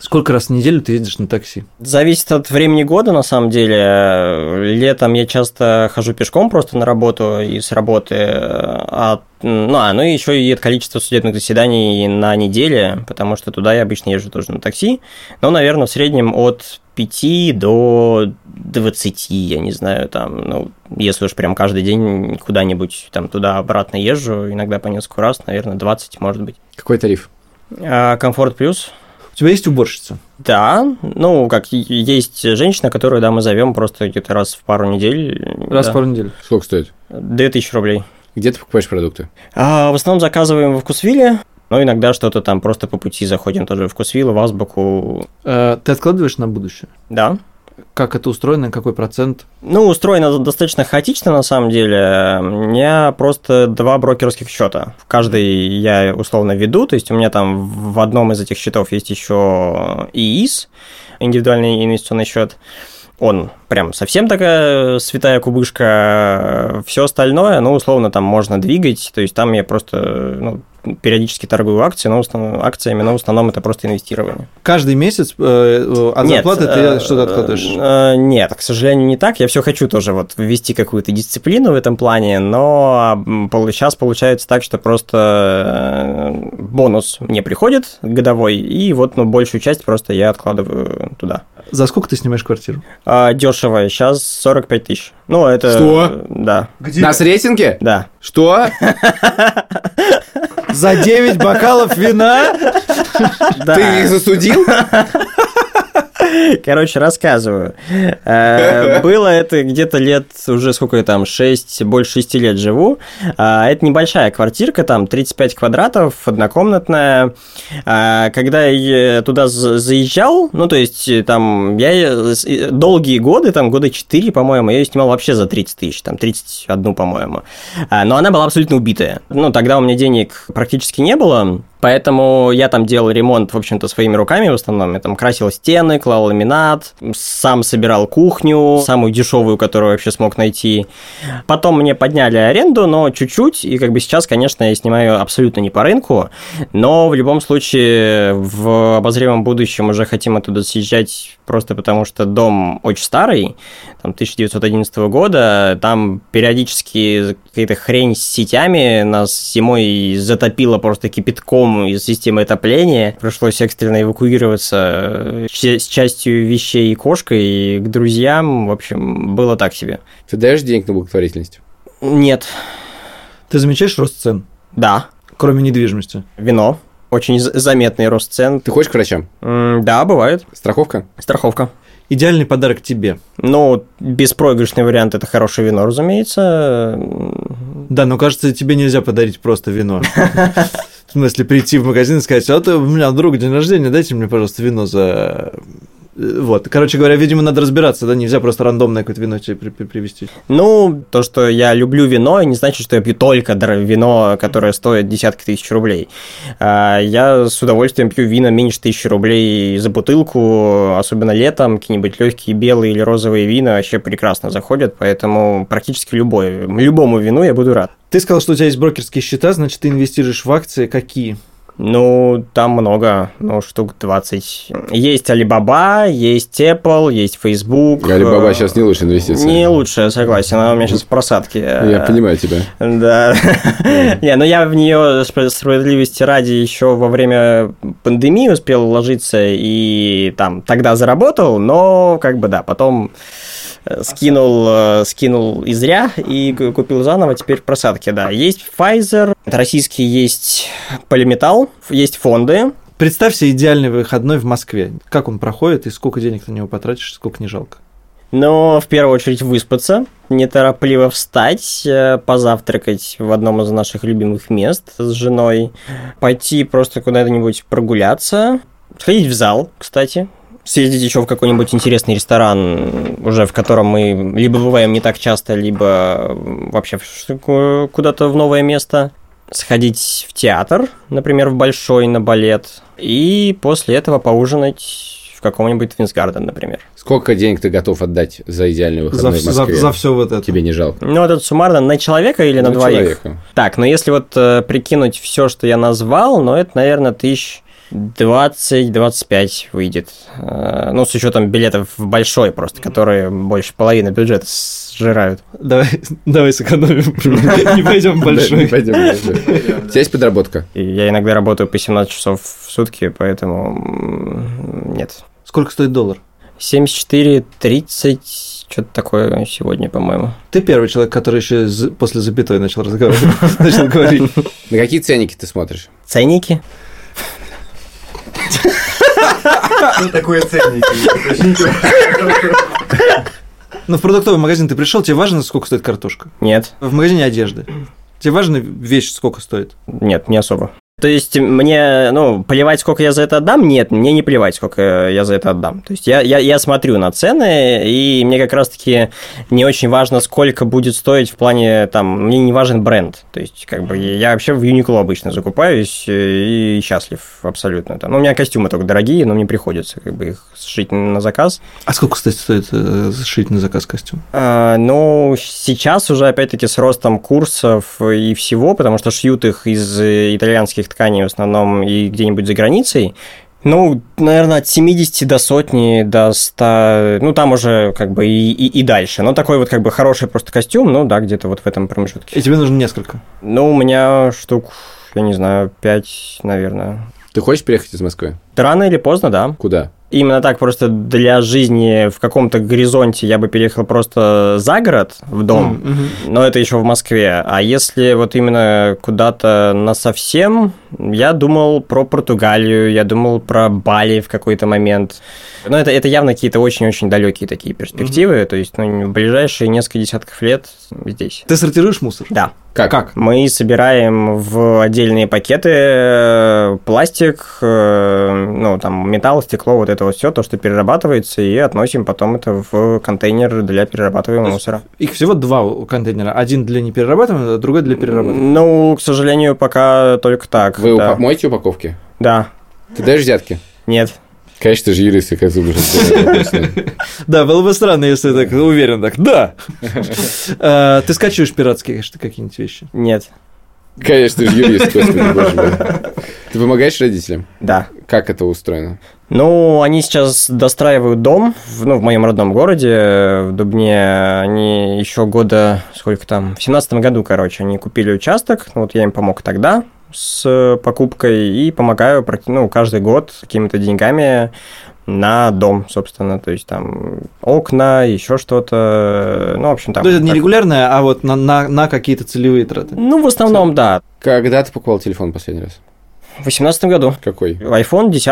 [SPEAKER 3] Сколько раз в неделю ты ездишь на такси?
[SPEAKER 7] Зависит от времени года, на самом деле. Летом я часто хожу пешком просто на работу и с работы. А, ну, а, ну и еще и от количества судебных заседаний на неделе, потому что туда я обычно езжу тоже на такси. Но, наверное, в среднем от 5 до 20, я не знаю, там, ну, если уж прям каждый день куда-нибудь там туда-обратно езжу, иногда по несколько раз, наверное, 20, может быть.
[SPEAKER 1] Какой тариф?
[SPEAKER 7] А, комфорт плюс.
[SPEAKER 3] У тебя есть уборщица?
[SPEAKER 7] Да, ну, как е- есть женщина, которую, да, мы зовем просто где-то раз в пару недель.
[SPEAKER 3] Раз
[SPEAKER 7] да.
[SPEAKER 3] в пару недель.
[SPEAKER 1] Сколько стоит?
[SPEAKER 7] 2000 рублей.
[SPEAKER 1] Где ты покупаешь продукты?
[SPEAKER 7] А, в основном заказываем во Вкусвилле, но иногда что-то там просто по пути заходим тоже в Вкусвилл, в Азбуку.
[SPEAKER 3] Э, Ты откладываешь на будущее?
[SPEAKER 7] Да.
[SPEAKER 3] Как это устроено, какой процент?
[SPEAKER 7] Ну, устроено достаточно хаотично, на самом деле. У меня просто два брокерских счета. Каждый я условно веду, то есть у меня там в одном из этих счетов есть еще ИИС, индивидуальный инвестиционный счет. Он прям совсем такая святая кубышка. Все остальное, ну, условно, там можно двигать. То есть там я просто ну, периодически торгую акции, но в основном- акциями, но в основном это просто инвестирование.
[SPEAKER 3] Каждый месяц э, э, от
[SPEAKER 7] Нет,
[SPEAKER 3] зарплаты
[SPEAKER 7] э,
[SPEAKER 3] ты что-то откладываешь?
[SPEAKER 7] э, Нет, к сожалению, не так. Я все хочу тоже вот ввести какую-то дисциплину в этом плане, но сейчас получается так, что просто э, бонус мне приходит годовой, и вот ну, большую часть просто я откладываю туда. А
[SPEAKER 3] За сколько ты снимаешь квартиру?
[SPEAKER 7] дешево, сейчас 45 тысяч. Ну, это...
[SPEAKER 1] Что?
[SPEAKER 7] Да,
[SPEAKER 1] Нас рейтинге?
[SPEAKER 7] да.
[SPEAKER 1] Что?
[SPEAKER 3] За 9 бокалов вина?
[SPEAKER 7] да.
[SPEAKER 1] Ты их засудил?
[SPEAKER 7] Короче, рассказываю. Э, Было это где-то лет, уже сколько я там, 6, больше 6 лет живу. А, Это небольшая квартирка, там 35 квадратов, однокомнатная. А, Когда я туда за- заезжал, ну, то есть, э, там, я э, с- э, долгие годы, там, года 4, по-моему, я ее снимал вообще за 30 тысяч, там, 31, по-моему. А, Но она была абсолютно убитая. Ну, тогда у меня денег практически не было, поэтому я там делал ремонт, в общем-то, своими руками в основном. Я там красил стены, клал ламинат, сам собирал кухню, самую дешевую, которую вообще смог найти. Потом мне подняли аренду, но чуть-чуть, и как бы сейчас, конечно, я снимаю абсолютно не по рынку, но в любом случае в обозримом будущем уже хотим оттуда съезжать просто потому, что дом очень старый, там 1911 года, там периодически какая-то хрень с сетями нас зимой затопило просто кипятком из системы отопления, пришлось экстренно эвакуироваться э, ч- с частью вещей и кошкой и к друзьям, в общем, было так себе.
[SPEAKER 1] Ты даешь денег на благотворительность?
[SPEAKER 7] Нет,
[SPEAKER 3] Ты замечаешь рост цен,
[SPEAKER 7] да,
[SPEAKER 3] кроме недвижимости?
[SPEAKER 7] вино. Очень з- заметный рост цен.
[SPEAKER 1] Ты ходишь к врачам?
[SPEAKER 7] М, Да, бывает.
[SPEAKER 1] Страховка?
[SPEAKER 7] Страховка.
[SPEAKER 3] Идеальный подарок тебе.
[SPEAKER 7] Ну, беспроигрышный вариант – это хорошее вино, разумеется. М,
[SPEAKER 3] Да, но кажется, тебе нельзя подарить просто вино. В смысле, прийти в магазин и сказать, а то у меня друг день рождения, дайте мне, пожалуйста, вино за Э, Вот. Короче говоря, видимо, надо разбираться, да? Нельзя просто рандомное какое-то вино тебе при- при- привезти.
[SPEAKER 7] Ну, то, что я люблю вино, не значит, что я пью только дор- вино, которое стоит десятки тысяч рублей. А, Я с удовольствием пью вина меньше тысячи рублей за бутылку, особенно летом, какие-нибудь легкие белые или розовые вина вообще прекрасно заходят, поэтому практически любой, любому вину я буду рад.
[SPEAKER 3] Ты сказал, что у тебя есть брокерские счета, значит, ты инвестируешь в акции. Какие?
[SPEAKER 7] Ну, там много, ну, штук 20. Есть Alibaba, есть Apple, есть Facebook.
[SPEAKER 8] Алибаба
[SPEAKER 7] Э,
[SPEAKER 8] сейчас не лучшая инвестиция.
[SPEAKER 7] Не лучшая, согласен, она у меня сейчас в просадке.
[SPEAKER 8] Я
[SPEAKER 7] Э,
[SPEAKER 8] понимаю тебя.
[SPEAKER 7] Да. <laughs> Не, ну я в нее справедливости ради еще во время пандемии успел уложиться и там тогда заработал, но как бы да, потом э, скинул, э, скинул и зря и г- купил заново, теперь в просадке, да. Есть Pfizer, российский есть Полиметал, есть фонды.
[SPEAKER 3] Представь себе идеальный выходной в Москве. Как он проходит и сколько денег на него потратишь, сколько не жалко.
[SPEAKER 7] Но в первую очередь выспаться, неторопливо встать, э, позавтракать в одном из наших любимых мест с женой, пойти просто куда-нибудь прогуляться, сходить в зал, кстати, съездить еще в какой-нибудь интересный ресторан, уже в котором мы либо бываем не так часто, либо вообще в ш- ку- куда-то в новое место, сходить в театр, например, в большой на балет, и после этого поужинать в каком-нибудь Твинсгарден, например.
[SPEAKER 8] Сколько денег ты готов отдать за идеальный
[SPEAKER 3] За,
[SPEAKER 8] выходной в
[SPEAKER 3] вс- за,
[SPEAKER 8] Москве?
[SPEAKER 3] все вот это.
[SPEAKER 8] Тебе не жалко?
[SPEAKER 7] Ну, вот это суммарно на человека или на,
[SPEAKER 8] Ну,
[SPEAKER 7] двоих?
[SPEAKER 8] человека.
[SPEAKER 7] Так, но если вот э, прикинуть все, что я назвал, ну, это, наверное, тысяч 20-25 выйдет. Э, ну, с учетом билетов в большой просто, которые больше половины бюджета сжирают.
[SPEAKER 3] Давай,
[SPEAKER 8] <laughs>
[SPEAKER 3] давай сэкономим. Не пойдем в
[SPEAKER 8] Да, не
[SPEAKER 3] большой.
[SPEAKER 8] пойдем, не пойдем. У тебя есть подработка?
[SPEAKER 7] И я иногда работаю по 17 часов в сутки, поэтому м, нет.
[SPEAKER 3] Сколько стоит доллар?
[SPEAKER 7] 74-30, что-то такое сегодня, по-моему.
[SPEAKER 3] Ты первый человек, который еще з- после запятой начал разговаривать. <laughs> Начал говорить.
[SPEAKER 8] На какие ценники ты смотришь?
[SPEAKER 7] Ценники?
[SPEAKER 9] такое ценники?
[SPEAKER 3] Ну, в продуктовый магазин ты пришел, тебе важно, сколько стоит картошка?
[SPEAKER 7] Нет.
[SPEAKER 3] В магазине одежды. Тебе важно вещь, сколько стоит?
[SPEAKER 7] Нет, не особо. То есть мне, ну, плевать, сколько я за это отдам? Нет, мне не плевать, сколько я за это отдам. То есть я, я, я смотрю на цены, и мне как раз-таки не очень важно, сколько будет стоить в плане, там, мне не важен бренд. То есть, как бы, я вообще в Uniqlo обычно закупаюсь э, и счастлив абсолютно. Там. Ну, у меня костюмы только дорогие, но мне приходится как бы их сшить на заказ.
[SPEAKER 3] А сколько, кстати, стоит э, сшить на заказ костюм?
[SPEAKER 7] А, Ну, сейчас уже, опять-таки, с ростом курсов и всего, потому что шьют их из э, итальянских тканей в основном и где-нибудь за границей. Ну, наверное, от 70 до сотни, до 100, ну, там уже как бы и, и, и дальше. Но такой вот как бы хороший просто костюм, ну, да, где-то вот в этом промежутке.
[SPEAKER 3] И тебе нужно несколько.
[SPEAKER 7] Ну, у меня штук, я не знаю, 5, наверное.
[SPEAKER 8] Ты хочешь переехать из Москвы?
[SPEAKER 7] Рано или поздно, да.
[SPEAKER 8] Куда?
[SPEAKER 7] Именно так просто для жизни в каком-то горизонте я бы переехал просто за город, в дом. Но это еще в Москве. А если вот именно куда-то на совсем, я думал про Португалию, я думал про Бали в какой-то момент. Но это, это явно какие-то очень-очень далекие такие перспективы. То есть, ну, в ближайшие несколько десятков лет здесь.
[SPEAKER 3] Ты сортируешь мусор?
[SPEAKER 7] Да.
[SPEAKER 8] Как?
[SPEAKER 7] Мы собираем в отдельные пакеты э, пластик, э, ну, там, металл, стекло, вот это вот все, то, что перерабатывается, и относим потом это в контейнер для перерабатываемого мусора.
[SPEAKER 3] Их всего два у контейнера. Один для неперерабатываемого, а другой для перерабатываемого.
[SPEAKER 7] Ну, к сожалению, пока только так.
[SPEAKER 8] Вы
[SPEAKER 7] да.
[SPEAKER 8] упа- моете упаковки?
[SPEAKER 7] Да.
[SPEAKER 8] Ты даешь взятки?
[SPEAKER 7] Нет.
[SPEAKER 8] Конечно, ты же юрист, и как ты будешь это
[SPEAKER 3] Да, было бы странно, если так уверен так. Да! Э, Ты скачиваешь пиратские, конечно, какие-нибудь вещи.
[SPEAKER 7] Нет.
[SPEAKER 8] <laughs> Конечно, ты же юрист, господи, боже мой. <laughs> Ты помогаешь родителям?
[SPEAKER 7] Да.
[SPEAKER 8] Как это устроено?
[SPEAKER 7] Ну, они сейчас достраивают дом, в, ну, в моем родном городе, э, в Дубне. Они еще года, сколько там, в семнадцатом году, короче, они купили участок. Ну, вот я им помог тогда с э, покупкой и помогаю, практи- ну, каждый год какими-то деньгами на дом, собственно, то есть там окна, еще что-то, ну, в общем, там...
[SPEAKER 3] То есть это не
[SPEAKER 7] как-
[SPEAKER 3] регулярное, а вот на- на на какие-то целевые траты.
[SPEAKER 7] Ну, в основном, да.
[SPEAKER 8] Когда ты покупал телефон последний раз?
[SPEAKER 7] В восемнадцатом году.
[SPEAKER 8] Какой?
[SPEAKER 7] iPhone 10,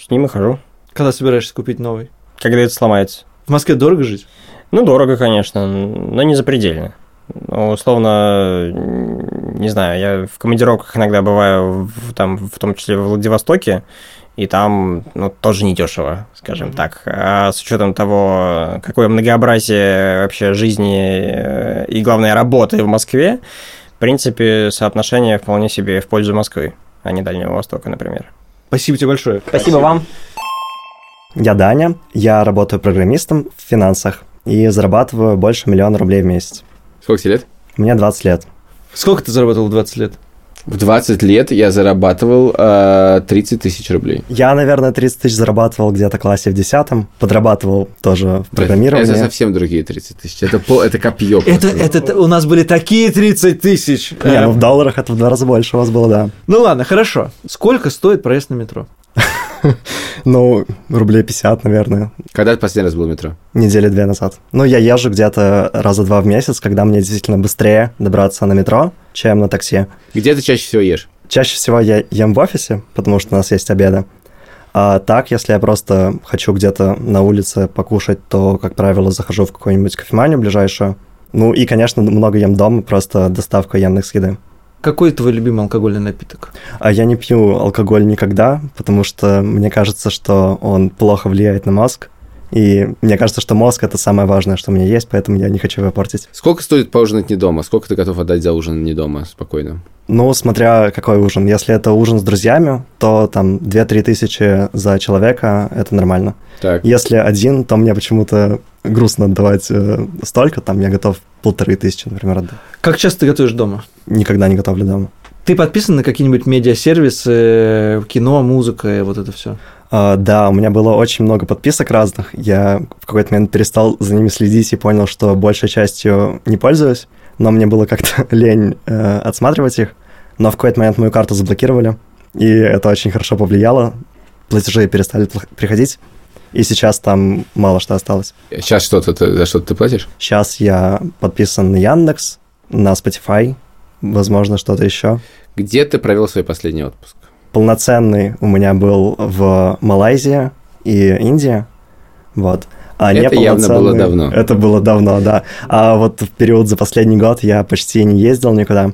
[SPEAKER 7] с ним и хожу.
[SPEAKER 3] Когда собираешься купить новый?
[SPEAKER 7] Когда это сломается.
[SPEAKER 3] В Москве дорого жить?
[SPEAKER 7] Ну, дорого, конечно, но не запредельно. Ну, условно, м, не знаю, я в командировках иногда бываю, в, там, в том числе в Владивостоке, и там ну, тоже недешево, скажем так. А с учетом того, какое многообразие вообще жизни э, и, главное, работы в Москве, в принципе, соотношение вполне себе в пользу Москвы, а не Дальнего Востока, например.
[SPEAKER 3] Спасибо тебе большое.
[SPEAKER 7] Спасибо вам.
[SPEAKER 10] Я Даня, я работаю программистом в финансах и зарабатываю больше миллиона рублей в месяц.
[SPEAKER 8] Сколько тебе лет?
[SPEAKER 10] Мне 20 лет.
[SPEAKER 3] Сколько ты заработал в 20 лет?
[SPEAKER 8] В 20 лет я зарабатывал э, 30 тысяч рублей.
[SPEAKER 10] Я, наверное, 30 тысяч зарабатывал где-то в классе в 10 подрабатывал тоже в программировании.
[SPEAKER 8] Это совсем другие 30 тысяч. Это, пол, это копье.
[SPEAKER 3] Это,
[SPEAKER 8] просто.
[SPEAKER 3] это т- у нас были такие 30 тысяч.
[SPEAKER 10] Не,
[SPEAKER 3] Э,
[SPEAKER 10] ну в долларах это в два раза больше у вас было, да.
[SPEAKER 3] ну ладно, хорошо. Сколько стоит проезд на метро?
[SPEAKER 10] Ну, рублей 50, наверное,
[SPEAKER 8] Когда ты последний раз был в метро?
[SPEAKER 10] недели две назад. Ну, я езжу где-то раза два в месяц, когда мне действительно быстрее добраться на метро, чем на такси.
[SPEAKER 8] Где ты чаще всего ешь?
[SPEAKER 10] Чаще всего я ем в офисе, потому что у нас есть обеды. А так, если я просто хочу где-то на улице покушать, то, как правило, захожу в какую-нибудь кофеманию ближайшую. Ну и, конечно, много ем дома, просто доставка Яндекс еды.
[SPEAKER 3] Какой твой любимый алкогольный напиток?
[SPEAKER 10] А я не пью алкоголь никогда, потому что мне кажется, что он плохо влияет на мозг. И мне кажется, что мозг — это самое важное, что у меня есть, поэтому я не хочу его портить.
[SPEAKER 8] Сколько стоит поужинать не дома? Сколько ты готов отдать за ужин не дома спокойно?
[SPEAKER 10] Ну, смотря какой ужин. Если это ужин с друзьями, то там 2-3 тысячи за человека — это нормально.
[SPEAKER 8] Так.
[SPEAKER 10] Если один, то мне почему-то грустно отдавать э, столько, там я готов полторы тысячи, например, отдать.
[SPEAKER 3] Как часто ты готовишь дома?
[SPEAKER 10] Никогда не готовлю дома.
[SPEAKER 3] Ты подписан на какие-нибудь медиасервисы, э, кино, музыка, и вот это все?
[SPEAKER 10] А, да, у меня было очень много подписок разных. Я в какой-то момент перестал за ними следить и понял, что большей частью не пользуюсь, но мне было как-то <laughs> лень э, отсматривать их. Но в какой-то момент мою карту заблокировали, и это очень хорошо повлияло. Платежи перестали пла- приходить, и сейчас там мало что осталось.
[SPEAKER 8] Сейчас что-то ты- за что-то ты платишь?
[SPEAKER 10] Сейчас я подписан на Яндекс, на Spotify, возможно, что-то еще.
[SPEAKER 8] Где ты провел свой последний отпуск?
[SPEAKER 10] Полноценный у меня был в Малайзии и Индии. Вот. А
[SPEAKER 8] Это явно было
[SPEAKER 10] неполноценный-
[SPEAKER 8] давно.
[SPEAKER 10] Это было давно, да. А вот в период за последний год я почти не ездил никуда.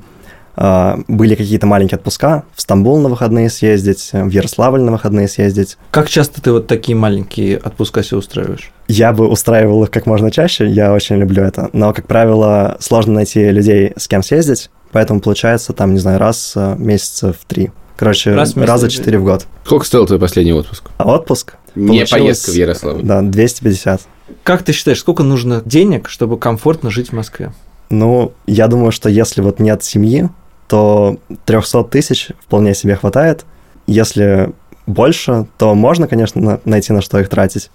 [SPEAKER 10] А, Были какие-то маленькие отпуска. В Стамбул на выходные съездить, в Ярославль на выходные съездить.
[SPEAKER 3] Как часто ты вот такие маленькие отпуска себе устраиваешь?
[SPEAKER 10] Я бы устраивал их как можно чаще, я очень люблю это. Но, как правило, сложно найти людей, с кем съездить, поэтому получается там, не знаю, раз э, месяца в три. Короче,
[SPEAKER 3] Раз в месяц
[SPEAKER 10] раза
[SPEAKER 3] в три.
[SPEAKER 10] четыре в год.
[SPEAKER 8] Сколько стоил твой последний отпуск?
[SPEAKER 10] А отпуск?
[SPEAKER 8] Не
[SPEAKER 10] Получилось-
[SPEAKER 8] поездка в Ярославль.
[SPEAKER 10] Да, 250.
[SPEAKER 3] Как ты считаешь, сколько нужно денег, чтобы комфортно жить в Москве?
[SPEAKER 10] Ну, я думаю, что если вот нет семьи, то 300 тысяч вполне себе хватает. Если больше, то можно, конечно, на- найти на что их тратить.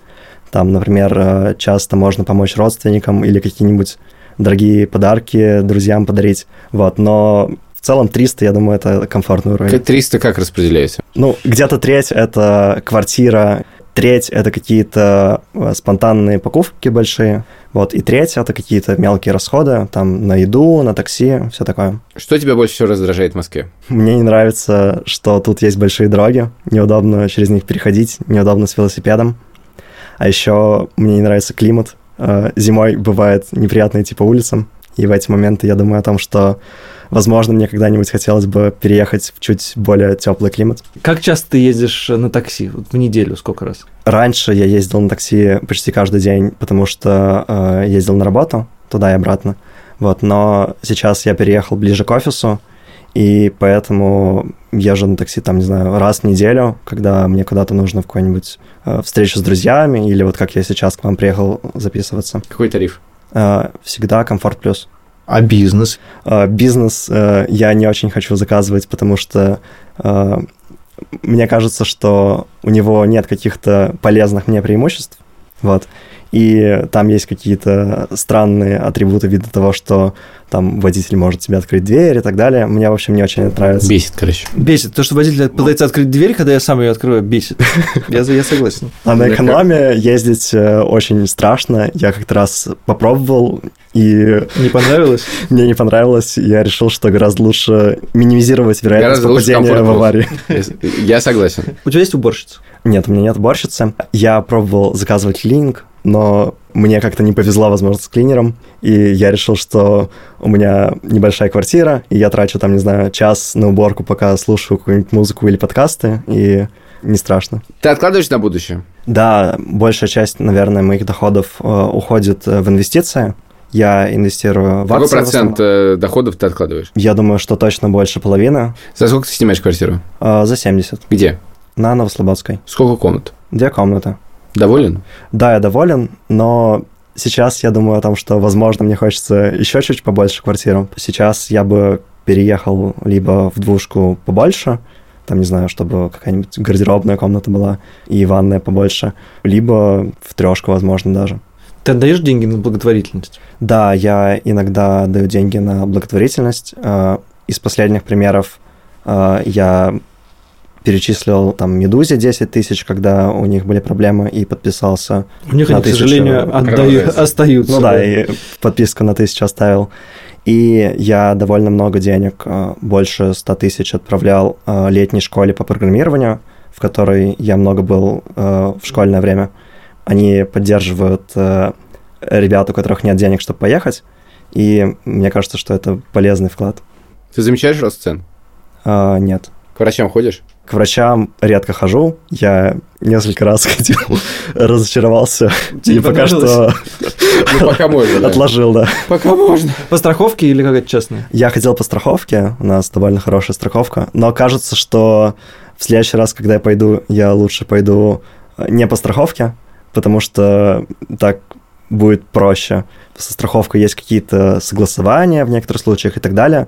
[SPEAKER 10] Там, например, э, часто можно помочь родственникам или какие-нибудь дорогие подарки друзьям подарить. Вот, но в целом 300, я думаю, это комфортный уровень.
[SPEAKER 8] К- 300 как распределяется?
[SPEAKER 10] Ну, где-то треть — это квартира, треть — это какие-то э, спонтанные покупки большие, вот, и треть — это какие-то мелкие расходы, там, на еду, на такси, все такое.
[SPEAKER 8] Что тебя больше всего раздражает в Москве?
[SPEAKER 10] Мне не нравится, что тут есть большие дороги, неудобно через них переходить, неудобно с велосипедом. А еще мне не нравится климат. Э, Зимой бывает неприятно идти по улицам, и в эти моменты я думаю о том, что, возможно, мне когда-нибудь хотелось бы переехать в чуть более теплый климат.
[SPEAKER 3] Как часто ты ездишь э, на такси? Вот в неделю сколько раз?
[SPEAKER 10] Раньше я ездил на такси почти каждый день, потому что э, ездил на работу туда и обратно. Вот, но сейчас я переехал ближе к офису, и поэтому езжу на такси, там, не знаю, раз в неделю, когда мне куда-то нужно в какую-нибудь э, встречу с друзьями, или вот как я сейчас к вам приехал записываться.
[SPEAKER 8] Какой тариф?
[SPEAKER 10] Э, всегда комфорт плюс.
[SPEAKER 4] А бизнес?
[SPEAKER 10] Э, Бизнес э, я не очень хочу заказывать, потому что э, мне кажется, что у него нет каких-то полезных мне преимуществ. Вот. И там есть какие-то странные атрибуты в виде того, что там водитель может тебе открыть дверь и так далее. Мне, в общем, не очень это нравится.
[SPEAKER 8] Бесит, короче.
[SPEAKER 3] Бесит. То, что водитель пытается открыть дверь, когда я сам ее открываю, <laughs> бесит. Я, за- я согласен.
[SPEAKER 10] А на
[SPEAKER 8] Мне
[SPEAKER 10] экономе ездить э, очень страшно. Я как-то раз попробовал, и
[SPEAKER 3] Не понравилось?
[SPEAKER 10] мне не понравилось. Я решил, что гораздо лучше минимизировать вероятность
[SPEAKER 8] Гораздо лучше
[SPEAKER 10] попадения
[SPEAKER 8] комфорт
[SPEAKER 10] в
[SPEAKER 8] плюс.
[SPEAKER 10] аварию.
[SPEAKER 8] Я с- Я согласен.
[SPEAKER 3] У тебя есть уборщица?
[SPEAKER 10] Нет, у меня нет уборщицы. Я пробовал заказывать клининг, но мне как-то не повезло, возможно, с клинером. И я решил, что у меня небольшая квартира, и я трачу там, не знаю, час на уборку, пока слушаю какую-нибудь музыку или подкасты, и не страшно.
[SPEAKER 1] Ты откладываешь на будущее?
[SPEAKER 10] Да, большая часть, наверное, моих доходов э, уходит э, в инвестиции. Я инвестирую в
[SPEAKER 1] Какой
[SPEAKER 10] акции в основном.
[SPEAKER 1] процент э, доходов ты откладываешь?
[SPEAKER 10] Я думаю, что точно больше половины.
[SPEAKER 1] За сколько ты снимаешь квартиру?
[SPEAKER 10] Э, За 70.
[SPEAKER 1] Где?
[SPEAKER 10] На Новослободской.
[SPEAKER 1] Сколько комнат?
[SPEAKER 10] Две комнаты.
[SPEAKER 1] Доволен?
[SPEAKER 10] Да, я доволен, но сейчас я думаю о том, что, возможно, мне хочется еще чуть побольше квартиру. Сейчас я бы переехал либо в двушку побольше, там, не знаю, чтобы какая-нибудь гардеробная комната была и ванная побольше, либо в трешку, возможно, даже.
[SPEAKER 3] Ты отдаешь деньги на благотворительность?
[SPEAKER 10] Да, я иногда даю деньги на благотворительность. Э, Из последних примеров э, я перечислил там «Медузе» 10 тысяч, когда у них были проблемы, и подписался
[SPEAKER 3] У них
[SPEAKER 10] На
[SPEAKER 3] они, к
[SPEAKER 10] тысячу.
[SPEAKER 3] сожалению, отдаю-
[SPEAKER 8] Продолжается.
[SPEAKER 3] остаются.
[SPEAKER 10] Ну да, и подписку на тысячу оставил. И я довольно много денег, э, больше 100 тысяч отправлял э, летней школе по программированию, в которой я много был э, в школьное время. Они поддерживают э, ребят, у которых нет денег, чтобы поехать. И мне кажется, что это полезный вклад.
[SPEAKER 1] Ты замечаешь рост цен?
[SPEAKER 10] А, нет.
[SPEAKER 1] К врачам ходишь?
[SPEAKER 10] К врачам редко хожу. Я несколько раз <laughs> ходил, разочаровался.
[SPEAKER 3] Тебе
[SPEAKER 10] и пока <laughs> что
[SPEAKER 1] Ну, пока можно. да.
[SPEAKER 10] отложил, да.
[SPEAKER 1] Пока можно.
[SPEAKER 3] По страховке или какая-то частная?
[SPEAKER 10] Я ходил по страховке, у нас довольно хорошая страховка, но кажется, что в следующий раз, когда я пойду, я лучше пойду э, не по страховке, потому что так будет проще. Со страховкой есть какие-то согласования в некоторых случаях и так далее,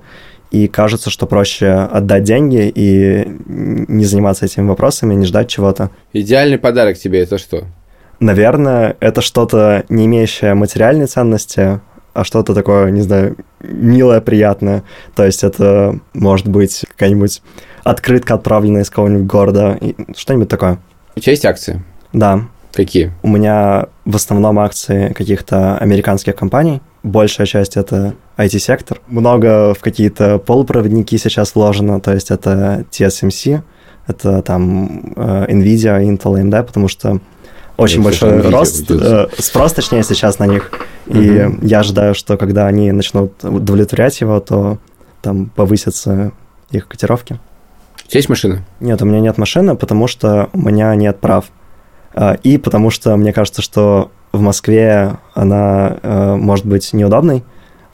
[SPEAKER 10] и кажется, что проще отдать деньги и не заниматься этими вопросами, не ждать чего-то.
[SPEAKER 1] Идеальный подарок тебе это что?
[SPEAKER 10] Наверное, это что-то, не имеющее материальной ценности, а что-то такое, не знаю, милое, приятное. То есть это может быть какая-нибудь открытка, отправленная из какого-нибудь города, и что-нибудь такое.
[SPEAKER 1] У тебя есть акции?
[SPEAKER 10] Да,
[SPEAKER 1] Какие?
[SPEAKER 10] у меня в основном акции каких-то американских компаний. Большая часть это IT-сектор. Много в какие-то полупроводники сейчас вложено, то есть это TSMC, это там э, Nvidia, Intel, AMD, потому что очень
[SPEAKER 8] Я
[SPEAKER 10] большой
[SPEAKER 8] слышал, Nvidia
[SPEAKER 10] рост, э, спрос, точнее, сейчас на них. И
[SPEAKER 1] Мгм.
[SPEAKER 10] я ожидаю, что когда они начнут удовлетворять его, то там повысятся их котировки.
[SPEAKER 1] У тебя есть машина?
[SPEAKER 10] Нет, у меня нет машины, потому что у меня нет прав. Э, И потому что мне кажется, что в Москве она э, может быть неудобной.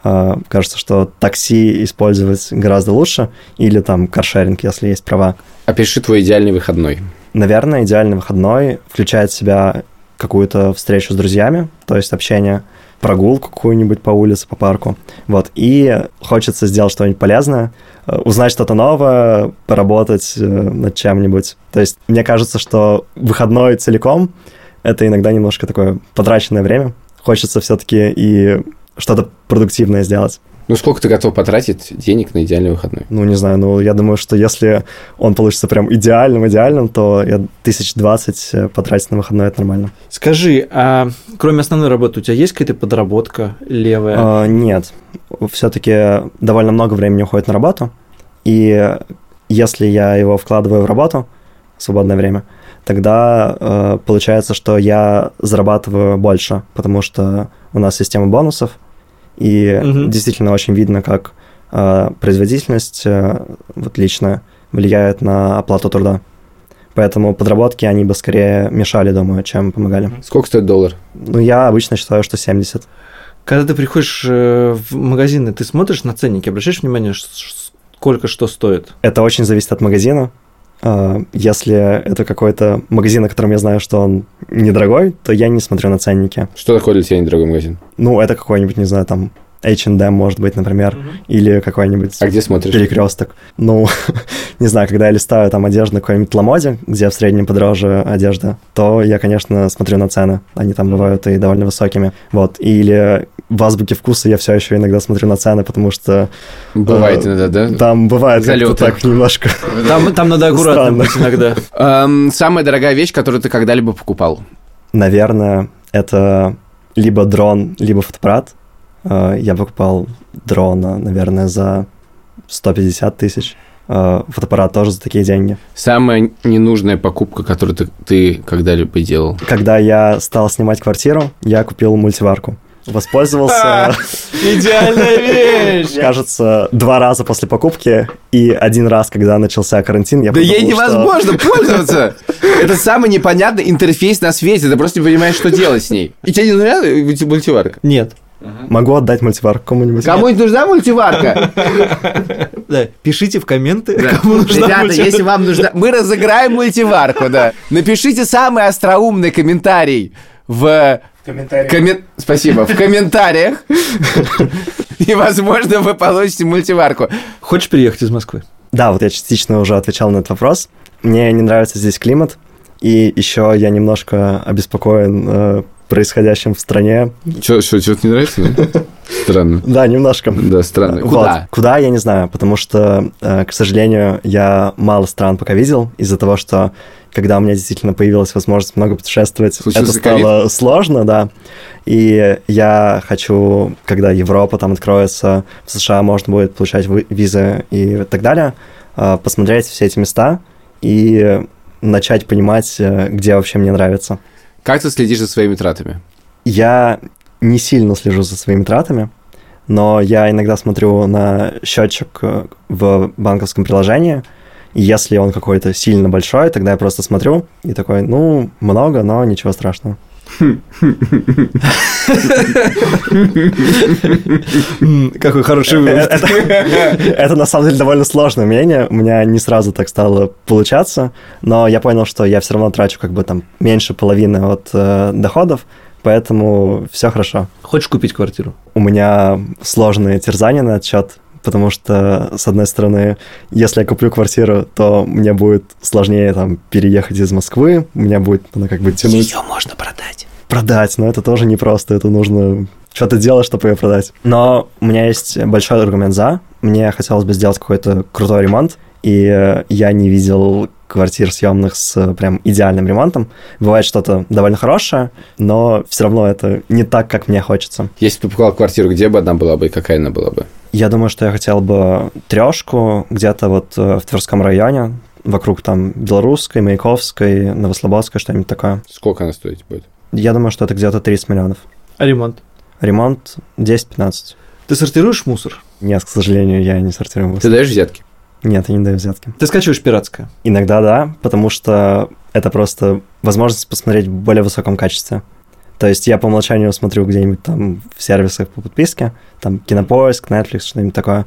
[SPEAKER 10] Э, Кажется, что такси использовать гораздо лучше, или там каршеринг, если есть права.
[SPEAKER 1] Опиши твой идеальный выходной.
[SPEAKER 10] Наверное, идеальный выходной включает в себя какую-то встречу с друзьями, то есть общение, прогулку какую-нибудь по улице, по парку. Вот. И хочется сделать что-нибудь полезное, э, узнать что-то новое, поработать э, над чем-нибудь. То есть мне кажется, что выходной целиком — это иногда немножко такое потраченное время. Хочется все-таки и что-то продуктивное сделать.
[SPEAKER 1] Ну, сколько ты готов потратить денег на идеальный выходной?
[SPEAKER 10] Ну, не знаю, ну, я думаю, что если он получится прям идеальным-идеальным, то я тысяч двадцать э, потратить на выходной – это нормально.
[SPEAKER 3] Скажи, а кроме основной работы у тебя есть какая-то подработка левая?
[SPEAKER 10] А, нет, все-таки довольно много времени уходит на работу, и если я его вкладываю в работу, в свободное время, тогда э, получается, что я зарабатываю больше, потому что у нас система бонусов, и
[SPEAKER 3] Мгм.
[SPEAKER 10] действительно очень видно, как э, производительность э, вот лично влияет на оплату труда. Поэтому подработки, они бы скорее мешали, думаю, чем помогали.
[SPEAKER 1] Сколько стоит доллар?
[SPEAKER 10] Ну, я обычно считаю, что 70.
[SPEAKER 3] Когда ты приходишь э, в магазины, ты смотришь на ценники, обращаешь внимание, ш- ш- сколько что стоит?
[SPEAKER 10] Это очень зависит от магазина. А, Если это какой-то магазин, о котором я знаю, что он недорогой, то я не смотрю на ценники.
[SPEAKER 1] Что такое для тебя недорогой магазин?
[SPEAKER 10] Ну, это какой-нибудь, не знаю, там H&M, может быть, например, или какой-нибудь
[SPEAKER 1] А где смотришь?
[SPEAKER 10] перекресток. Ну, <laughs> не знаю, когда я листаю там одежду на какой-нибудь Ламоде, где в среднем подороже одежда, то я, конечно, смотрю на цены. Они там бывают и довольно высокими. Вот. Или в азбуке вкуса я все еще иногда смотрю на цены, потому что
[SPEAKER 1] Бывает
[SPEAKER 10] э,
[SPEAKER 1] иногда, да?
[SPEAKER 10] там бывает как-то
[SPEAKER 1] Залеты.
[SPEAKER 10] так немножко.
[SPEAKER 3] Там, там надо аккуратно
[SPEAKER 10] Странно.
[SPEAKER 3] быть <laughs> иногда.
[SPEAKER 1] Эм, самая дорогая вещь, которую ты когда-либо покупал.
[SPEAKER 10] Наверное, это либо дрон, либо фотоаппарат. Э, Я покупал дрона, наверное, за 150 тысяч. Э, Фотоаппарат тоже за такие деньги.
[SPEAKER 1] Самая ненужная покупка, которую ты, ты когда-либо делал.
[SPEAKER 10] Когда я стал снимать квартиру, я купил мультиварку.
[SPEAKER 1] <laughs>
[SPEAKER 10] Воспользовался,
[SPEAKER 3] Идеальная вещь!
[SPEAKER 10] <laughs> кажется, два раза после покупки и один раз, когда начался карантин, я
[SPEAKER 1] Да ей
[SPEAKER 10] подумал, что-
[SPEAKER 1] невозможно пользоваться. Это самый непонятный интерфейс на свете. Ты просто не понимаешь, что делать с ней. И тебе не нужна мульти- мультиварка?
[SPEAKER 3] Нет.
[SPEAKER 10] Могу отдать мультиварку кому-нибудь.
[SPEAKER 1] Кому-нибудь нужна мультиварка?
[SPEAKER 3] Да, пишите в комменты,
[SPEAKER 1] Да.
[SPEAKER 3] кому нужна
[SPEAKER 1] Ребята,
[SPEAKER 3] мультиварка.
[SPEAKER 1] если вам нужна... Мы разыграем мультиварку, да. Напишите самый остроумный комментарий в...
[SPEAKER 9] Комментарий.
[SPEAKER 1] коммен- Спасибо. В комментариях. И, возможно, вы получите мультиварку.
[SPEAKER 3] Хочешь переехать из Москвы?
[SPEAKER 10] Да, вот я частично уже отвечал на этот вопрос. Мне не нравится здесь климат, и еще я немножко обеспокоен э, происходящим в стране.
[SPEAKER 8] Че, что-то не нравится? да? Странно.
[SPEAKER 10] Да, немножко.
[SPEAKER 8] Да, странно.
[SPEAKER 10] Вот.
[SPEAKER 1] Куда?
[SPEAKER 10] Куда, я не знаю, потому что, э, к сожалению, я мало стран пока видел из-за того, что когда у меня действительно появилась возможность много путешествовать,
[SPEAKER 8] Случился
[SPEAKER 10] это стало сложно, да. И я хочу, когда Европа там откроется, в США можно будет получать вы- визы и так далее, э, посмотреть все эти места и начать понимать, э, где вообще мне нравится
[SPEAKER 1] Как ты следишь за своими тратами?
[SPEAKER 10] я не сильно слежу за своими тратами, но я иногда смотрю на счетчик э, в банковском приложении. И если он какой-то сильно большой, тогда я просто смотрю и такой, ну, много, но ничего страшного.
[SPEAKER 3] М, Какой
[SPEAKER 4] Э,
[SPEAKER 3] хороший вывод.
[SPEAKER 10] Это Э, это на самом деле довольно сложное умение. У меня не сразу так стало получаться, но я понял, что я все равно трачу как бы там меньше половины от э, доходов, поэтому все хорошо.
[SPEAKER 3] Хочешь купить квартиру?
[SPEAKER 10] у меня сложные терзания на этот счет, потому что, с одной стороны, если я куплю квартиру, то мне будет сложнее там переехать из Москвы, меня будет она как бы тянуть. Ее можно продать. Продать, но это тоже непросто, это нужно что-то делать, чтобы ее продать. Но у меня есть большой аргумент за. Мне хотелось бы сделать какой-то крутой ремонт, и э, я не видел квартир съемных с э, прям идеальным ремонтом. Бывает что-то довольно хорошее, но все равно это не так, как мне хочется.
[SPEAKER 8] Если бы ты покупал квартиру, где бы одна была бы и какая она была бы?
[SPEAKER 10] Я думаю, что я хотел бы трешку где-то вот э, в Тверском районе, вокруг там Белорусской, Маяковской, Новослободской, что-нибудь такое.
[SPEAKER 8] Сколько она стоить будет?
[SPEAKER 10] Я думаю, что это где-то 30 миллионов.
[SPEAKER 3] А ремонт?
[SPEAKER 10] Ремонт 10-15.
[SPEAKER 3] Ты сортируешь мусор?
[SPEAKER 10] Нет, к сожалению, я не сортирую мусор.
[SPEAKER 8] Ты даешь взятки?
[SPEAKER 10] Нет, я не даю взятки.
[SPEAKER 3] Ты скачиваешь пиратское?
[SPEAKER 10] Иногда да, потому что это просто возможность посмотреть в более высоком качестве. То есть я по умолчанию смотрю где-нибудь там в сервисах по подписке, там Кинопоиск, Netflix, что-нибудь такое.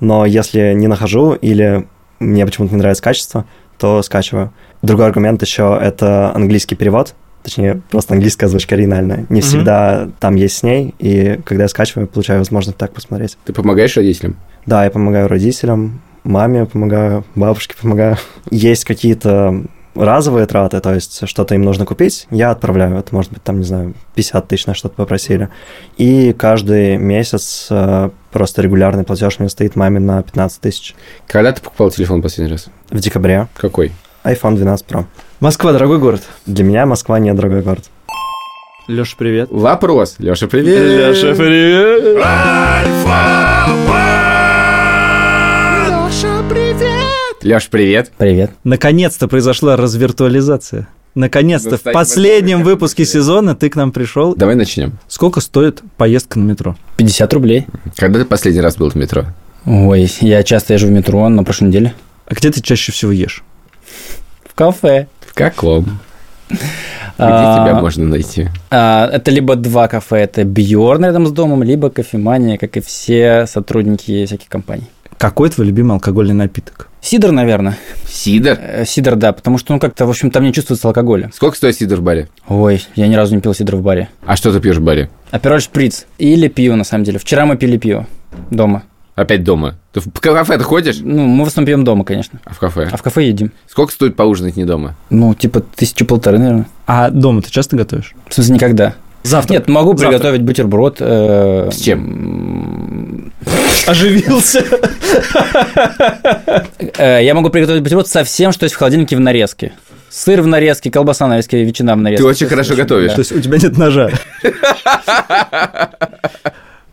[SPEAKER 10] Но если не нахожу или мне почему-то не нравится качество, то скачиваю. Другой аргумент еще — это английский перевод, точнее, просто английская озвучка оригинальная. Не
[SPEAKER 3] Мгм.
[SPEAKER 10] всегда там есть с ней, и когда я скачиваю, получаю возможность так посмотреть.
[SPEAKER 8] Ты помогаешь родителям?
[SPEAKER 10] Да, я помогаю родителям, маме помогаю, бабушке помогаю. Есть какие-то разовые траты, то есть что-то им нужно купить, я отправляю. Это может быть там, не знаю, 50 тысяч на что-то попросили. И каждый месяц э, просто регулярный платеж у меня стоит маме на 15 тысяч.
[SPEAKER 8] Когда ты покупал телефон последний раз?
[SPEAKER 10] В декабре
[SPEAKER 8] Какой?
[SPEAKER 10] iPhone 12 Pro.
[SPEAKER 3] Москва, дорогой город.
[SPEAKER 10] Для меня Москва не дорогой город.
[SPEAKER 3] Леша, привет.
[SPEAKER 8] Вопрос. Леша, привет.
[SPEAKER 3] Леша, привет.
[SPEAKER 1] Леш, привет.
[SPEAKER 10] Привет.
[SPEAKER 4] Наконец-то произошла развиртуализация. Наконец-то, в
[SPEAKER 8] Достань
[SPEAKER 4] последнем
[SPEAKER 8] мобильный
[SPEAKER 4] выпуске
[SPEAKER 8] телефон.
[SPEAKER 4] сезона ты к нам пришел.
[SPEAKER 8] Давай начнем.
[SPEAKER 4] Сколько стоит поездка на метро?
[SPEAKER 11] 50 рублей.
[SPEAKER 8] Когда ты последний раз был в метро?
[SPEAKER 11] Ой, я часто езжу в метро на прошлой неделе.
[SPEAKER 4] А где ты чаще всего ешь?
[SPEAKER 11] В кафе.
[SPEAKER 8] В каком? Где
[SPEAKER 11] А,
[SPEAKER 8] тебя можно найти?
[SPEAKER 11] а, это либо два кафе, это Бьорн рядом с домом, либо кофемания, как и все сотрудники всяких компаний.
[SPEAKER 4] Какой твой любимый алкогольный напиток?
[SPEAKER 11] Сидор, наверное.
[SPEAKER 1] Сидор.
[SPEAKER 11] Э, Сидор, да, потому что, ну, как-то, в общем, там не чувствуется алкоголя.
[SPEAKER 8] Сколько стоит сидр в баре?
[SPEAKER 11] Ой, я ни разу не пил сидор в баре.
[SPEAKER 8] А что ты пьешь в баре?
[SPEAKER 11] Апероль шприц. Или пиво, на самом деле. Вчера мы пили пиво дома.
[SPEAKER 8] Опять дома. Ты в кафе ты ходишь?
[SPEAKER 11] Ну, мы в основном пьем дома, конечно.
[SPEAKER 8] А в кафе?
[SPEAKER 11] А в кафе едим.
[SPEAKER 8] Сколько стоит поужинать не дома?
[SPEAKER 11] Ну, типа, тысячи полторы, наверное.
[SPEAKER 4] А дома ты часто готовишь?
[SPEAKER 11] В смысле, никогда.
[SPEAKER 4] Завтра.
[SPEAKER 11] Нет, могу
[SPEAKER 4] Завтрак.
[SPEAKER 11] приготовить бутерброд. э,
[SPEAKER 8] С чем?
[SPEAKER 11] м,
[SPEAKER 3] Оживился.
[SPEAKER 11] э, Я могу приготовить бутерброд со всем, что есть в холодильнике в нарезке. Сыр в нарезке, колбаса в нарезке, ветчина в нарезке.
[SPEAKER 8] Ты очень хорошо готовишь.
[SPEAKER 11] да.
[SPEAKER 4] То есть у тебя нет ножа.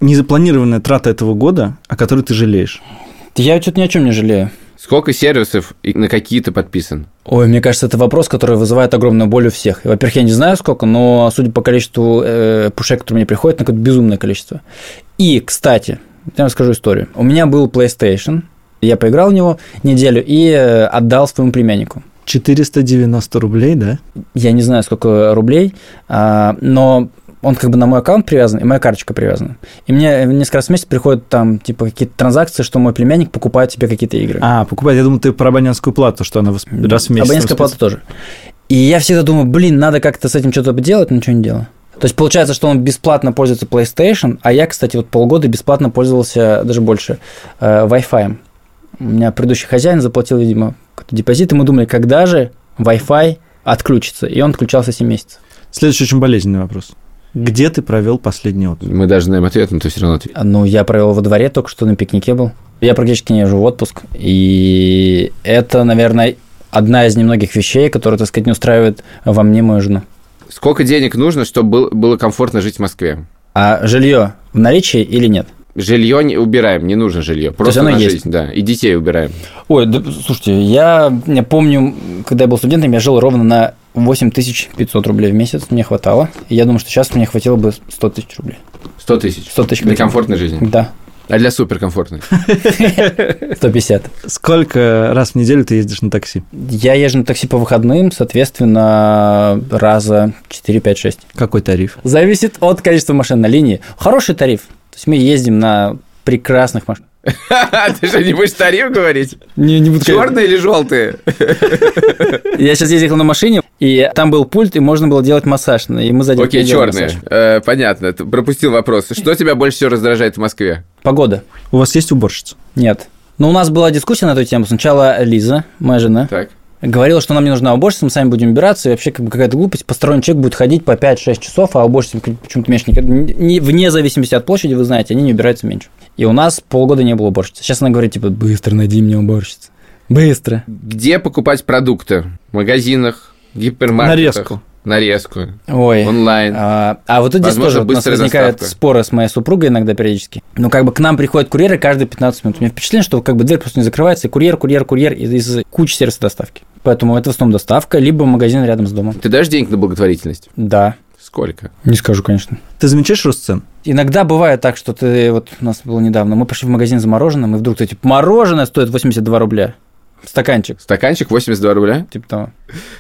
[SPEAKER 4] Незапланированная трата этого года, о которой ты жалеешь.
[SPEAKER 11] Я что-то ни о чем не жалею.
[SPEAKER 1] Сколько сервисов и на какие ты подписан?
[SPEAKER 11] Ой, мне кажется, это вопрос, который вызывает огромную боль у всех. Во-первых, я не знаю сколько, но судя по количеству э, пушек, которые мне приходят, на какое-то безумное количество. И, кстати, я вам скажу историю. У меня был PlayStation, я поиграл в него неделю и э, отдал своему племяннику.
[SPEAKER 4] 490 рублей, да?
[SPEAKER 11] Я не знаю, сколько рублей, а, но он как бы на мой аккаунт привязан, и моя карточка привязана. И мне несколько раз в месяц приходят там, типа, какие-то транзакции, что мой племянник покупает тебе какие-то игры.
[SPEAKER 4] А, покупать, я думаю, ты про абонентскую плату, что она восп- раз в месяц.
[SPEAKER 11] Абонентская плата тоже. И я всегда думаю, блин, надо как-то с этим что-то делать, но ничего не делаю. То есть получается, что он бесплатно пользуется PlayStation, а я, кстати, вот полгода бесплатно пользовался, даже больше, э, Wi-Fi. У меня предыдущий хозяин заплатил, видимо, какой-то депозит, и мы думали, когда же Wi-Fi отключится. И он отключался 7 месяцев.
[SPEAKER 4] Следующий очень болезненный вопрос. Где ты провел последний отпуск?
[SPEAKER 1] Мы даже знаем ответ, но ты все равно ответ.
[SPEAKER 11] Ну, я провел во дворе, только что на пикнике был. Я практически не езжу в отпуск. И это, наверное, одна из немногих вещей, которая, так сказать, не устраивает во мне мою жену.
[SPEAKER 1] Сколько денег нужно, чтобы был- было комфортно жить в Москве?
[SPEAKER 11] А жилье в наличии или нет?
[SPEAKER 1] Жилье не убираем, не нужно жилье. Просто
[SPEAKER 11] оно
[SPEAKER 1] на
[SPEAKER 11] есть?
[SPEAKER 1] жизнь, да. И детей убираем.
[SPEAKER 11] Ой, да, слушайте, я, я помню, когда я был студентом, я жил ровно на 8500 рублей в месяц, мне хватало. И я думаю, что сейчас мне хватило бы 100 тысяч рублей.
[SPEAKER 1] 100 тысяч.
[SPEAKER 11] 100 тысяч
[SPEAKER 1] Для
[SPEAKER 11] хватило.
[SPEAKER 1] комфортной жизни.
[SPEAKER 11] Да,
[SPEAKER 1] А для
[SPEAKER 11] <laughs>
[SPEAKER 1] суперкомфортной? <laughs>
[SPEAKER 11] 150.
[SPEAKER 4] Сколько раз в неделю ты ездишь на такси?
[SPEAKER 11] Я езжу на такси по выходным, соответственно, раза 4, 5, 6.
[SPEAKER 4] Какой тариф?
[SPEAKER 11] Зависит от количества машин на линии. Хороший тариф. То есть мы ездим на прекрасных машинах.
[SPEAKER 1] Ты же не будешь тариф говорить?
[SPEAKER 11] Не, не буду
[SPEAKER 1] Черные или желтые?
[SPEAKER 11] Я сейчас ездил на машине, и там был пульт, и можно было делать массаж. И мы за деньги
[SPEAKER 1] Окей,
[SPEAKER 11] делали
[SPEAKER 1] черные.
[SPEAKER 11] массаж.
[SPEAKER 1] Э, Понятно. Ты Пропустил вопрос. Что тебя больше всего раздражает в Москве?
[SPEAKER 11] Погода.
[SPEAKER 4] У вас есть уборщица?
[SPEAKER 11] Нет. Но у нас была дискуссия на эту тему. Сначала Лиза, моя жена,
[SPEAKER 1] Так.
[SPEAKER 11] говорила, что нам не нужна уборщица, мы сами будем убираться, и вообще как бы какая-то глупость. Посторонний человек будет ходить по 5-6 часов, а уборщица почему-то меньше. никогда- не- Вне зависимости от площади, вы знаете, они не убираются меньше. И у нас полгода не было уборщицы. Сейчас она говорит, типа, быстро найди мне уборщицу. Быстро.
[SPEAKER 1] Где покупать продукты? В магазинах, гипермаркетах?
[SPEAKER 4] Нарезку.
[SPEAKER 1] Нарезку.
[SPEAKER 11] Ой.
[SPEAKER 1] Онлайн.
[SPEAKER 11] А, а вот тут здесь
[SPEAKER 1] Возможно,
[SPEAKER 11] тоже вот у нас
[SPEAKER 1] быстрая
[SPEAKER 11] возникают
[SPEAKER 1] доставка.
[SPEAKER 11] споры с моей супругой иногда периодически. Ну, как бы к нам приходят курьеры каждые 15 минут. У меня впечатление, что как бы дверь просто не закрывается, и курьер, курьер, курьер из, из кучи сервиса доставки. Поэтому это в основном доставка, либо магазин рядом с домом.
[SPEAKER 1] Ты дашь денег на благотворительность?
[SPEAKER 11] Да.
[SPEAKER 1] Сколько?
[SPEAKER 11] Не скажу, конечно.
[SPEAKER 4] Ты замечаешь рост цен?
[SPEAKER 11] Иногда бывает так, что ты, вот у нас было недавно, мы пошли в магазин за мороженым, и вдруг ты, типа, мороженое стоит 82 рубля. Стаканчик,
[SPEAKER 1] Стаканчик 82 рубля?
[SPEAKER 11] типа того.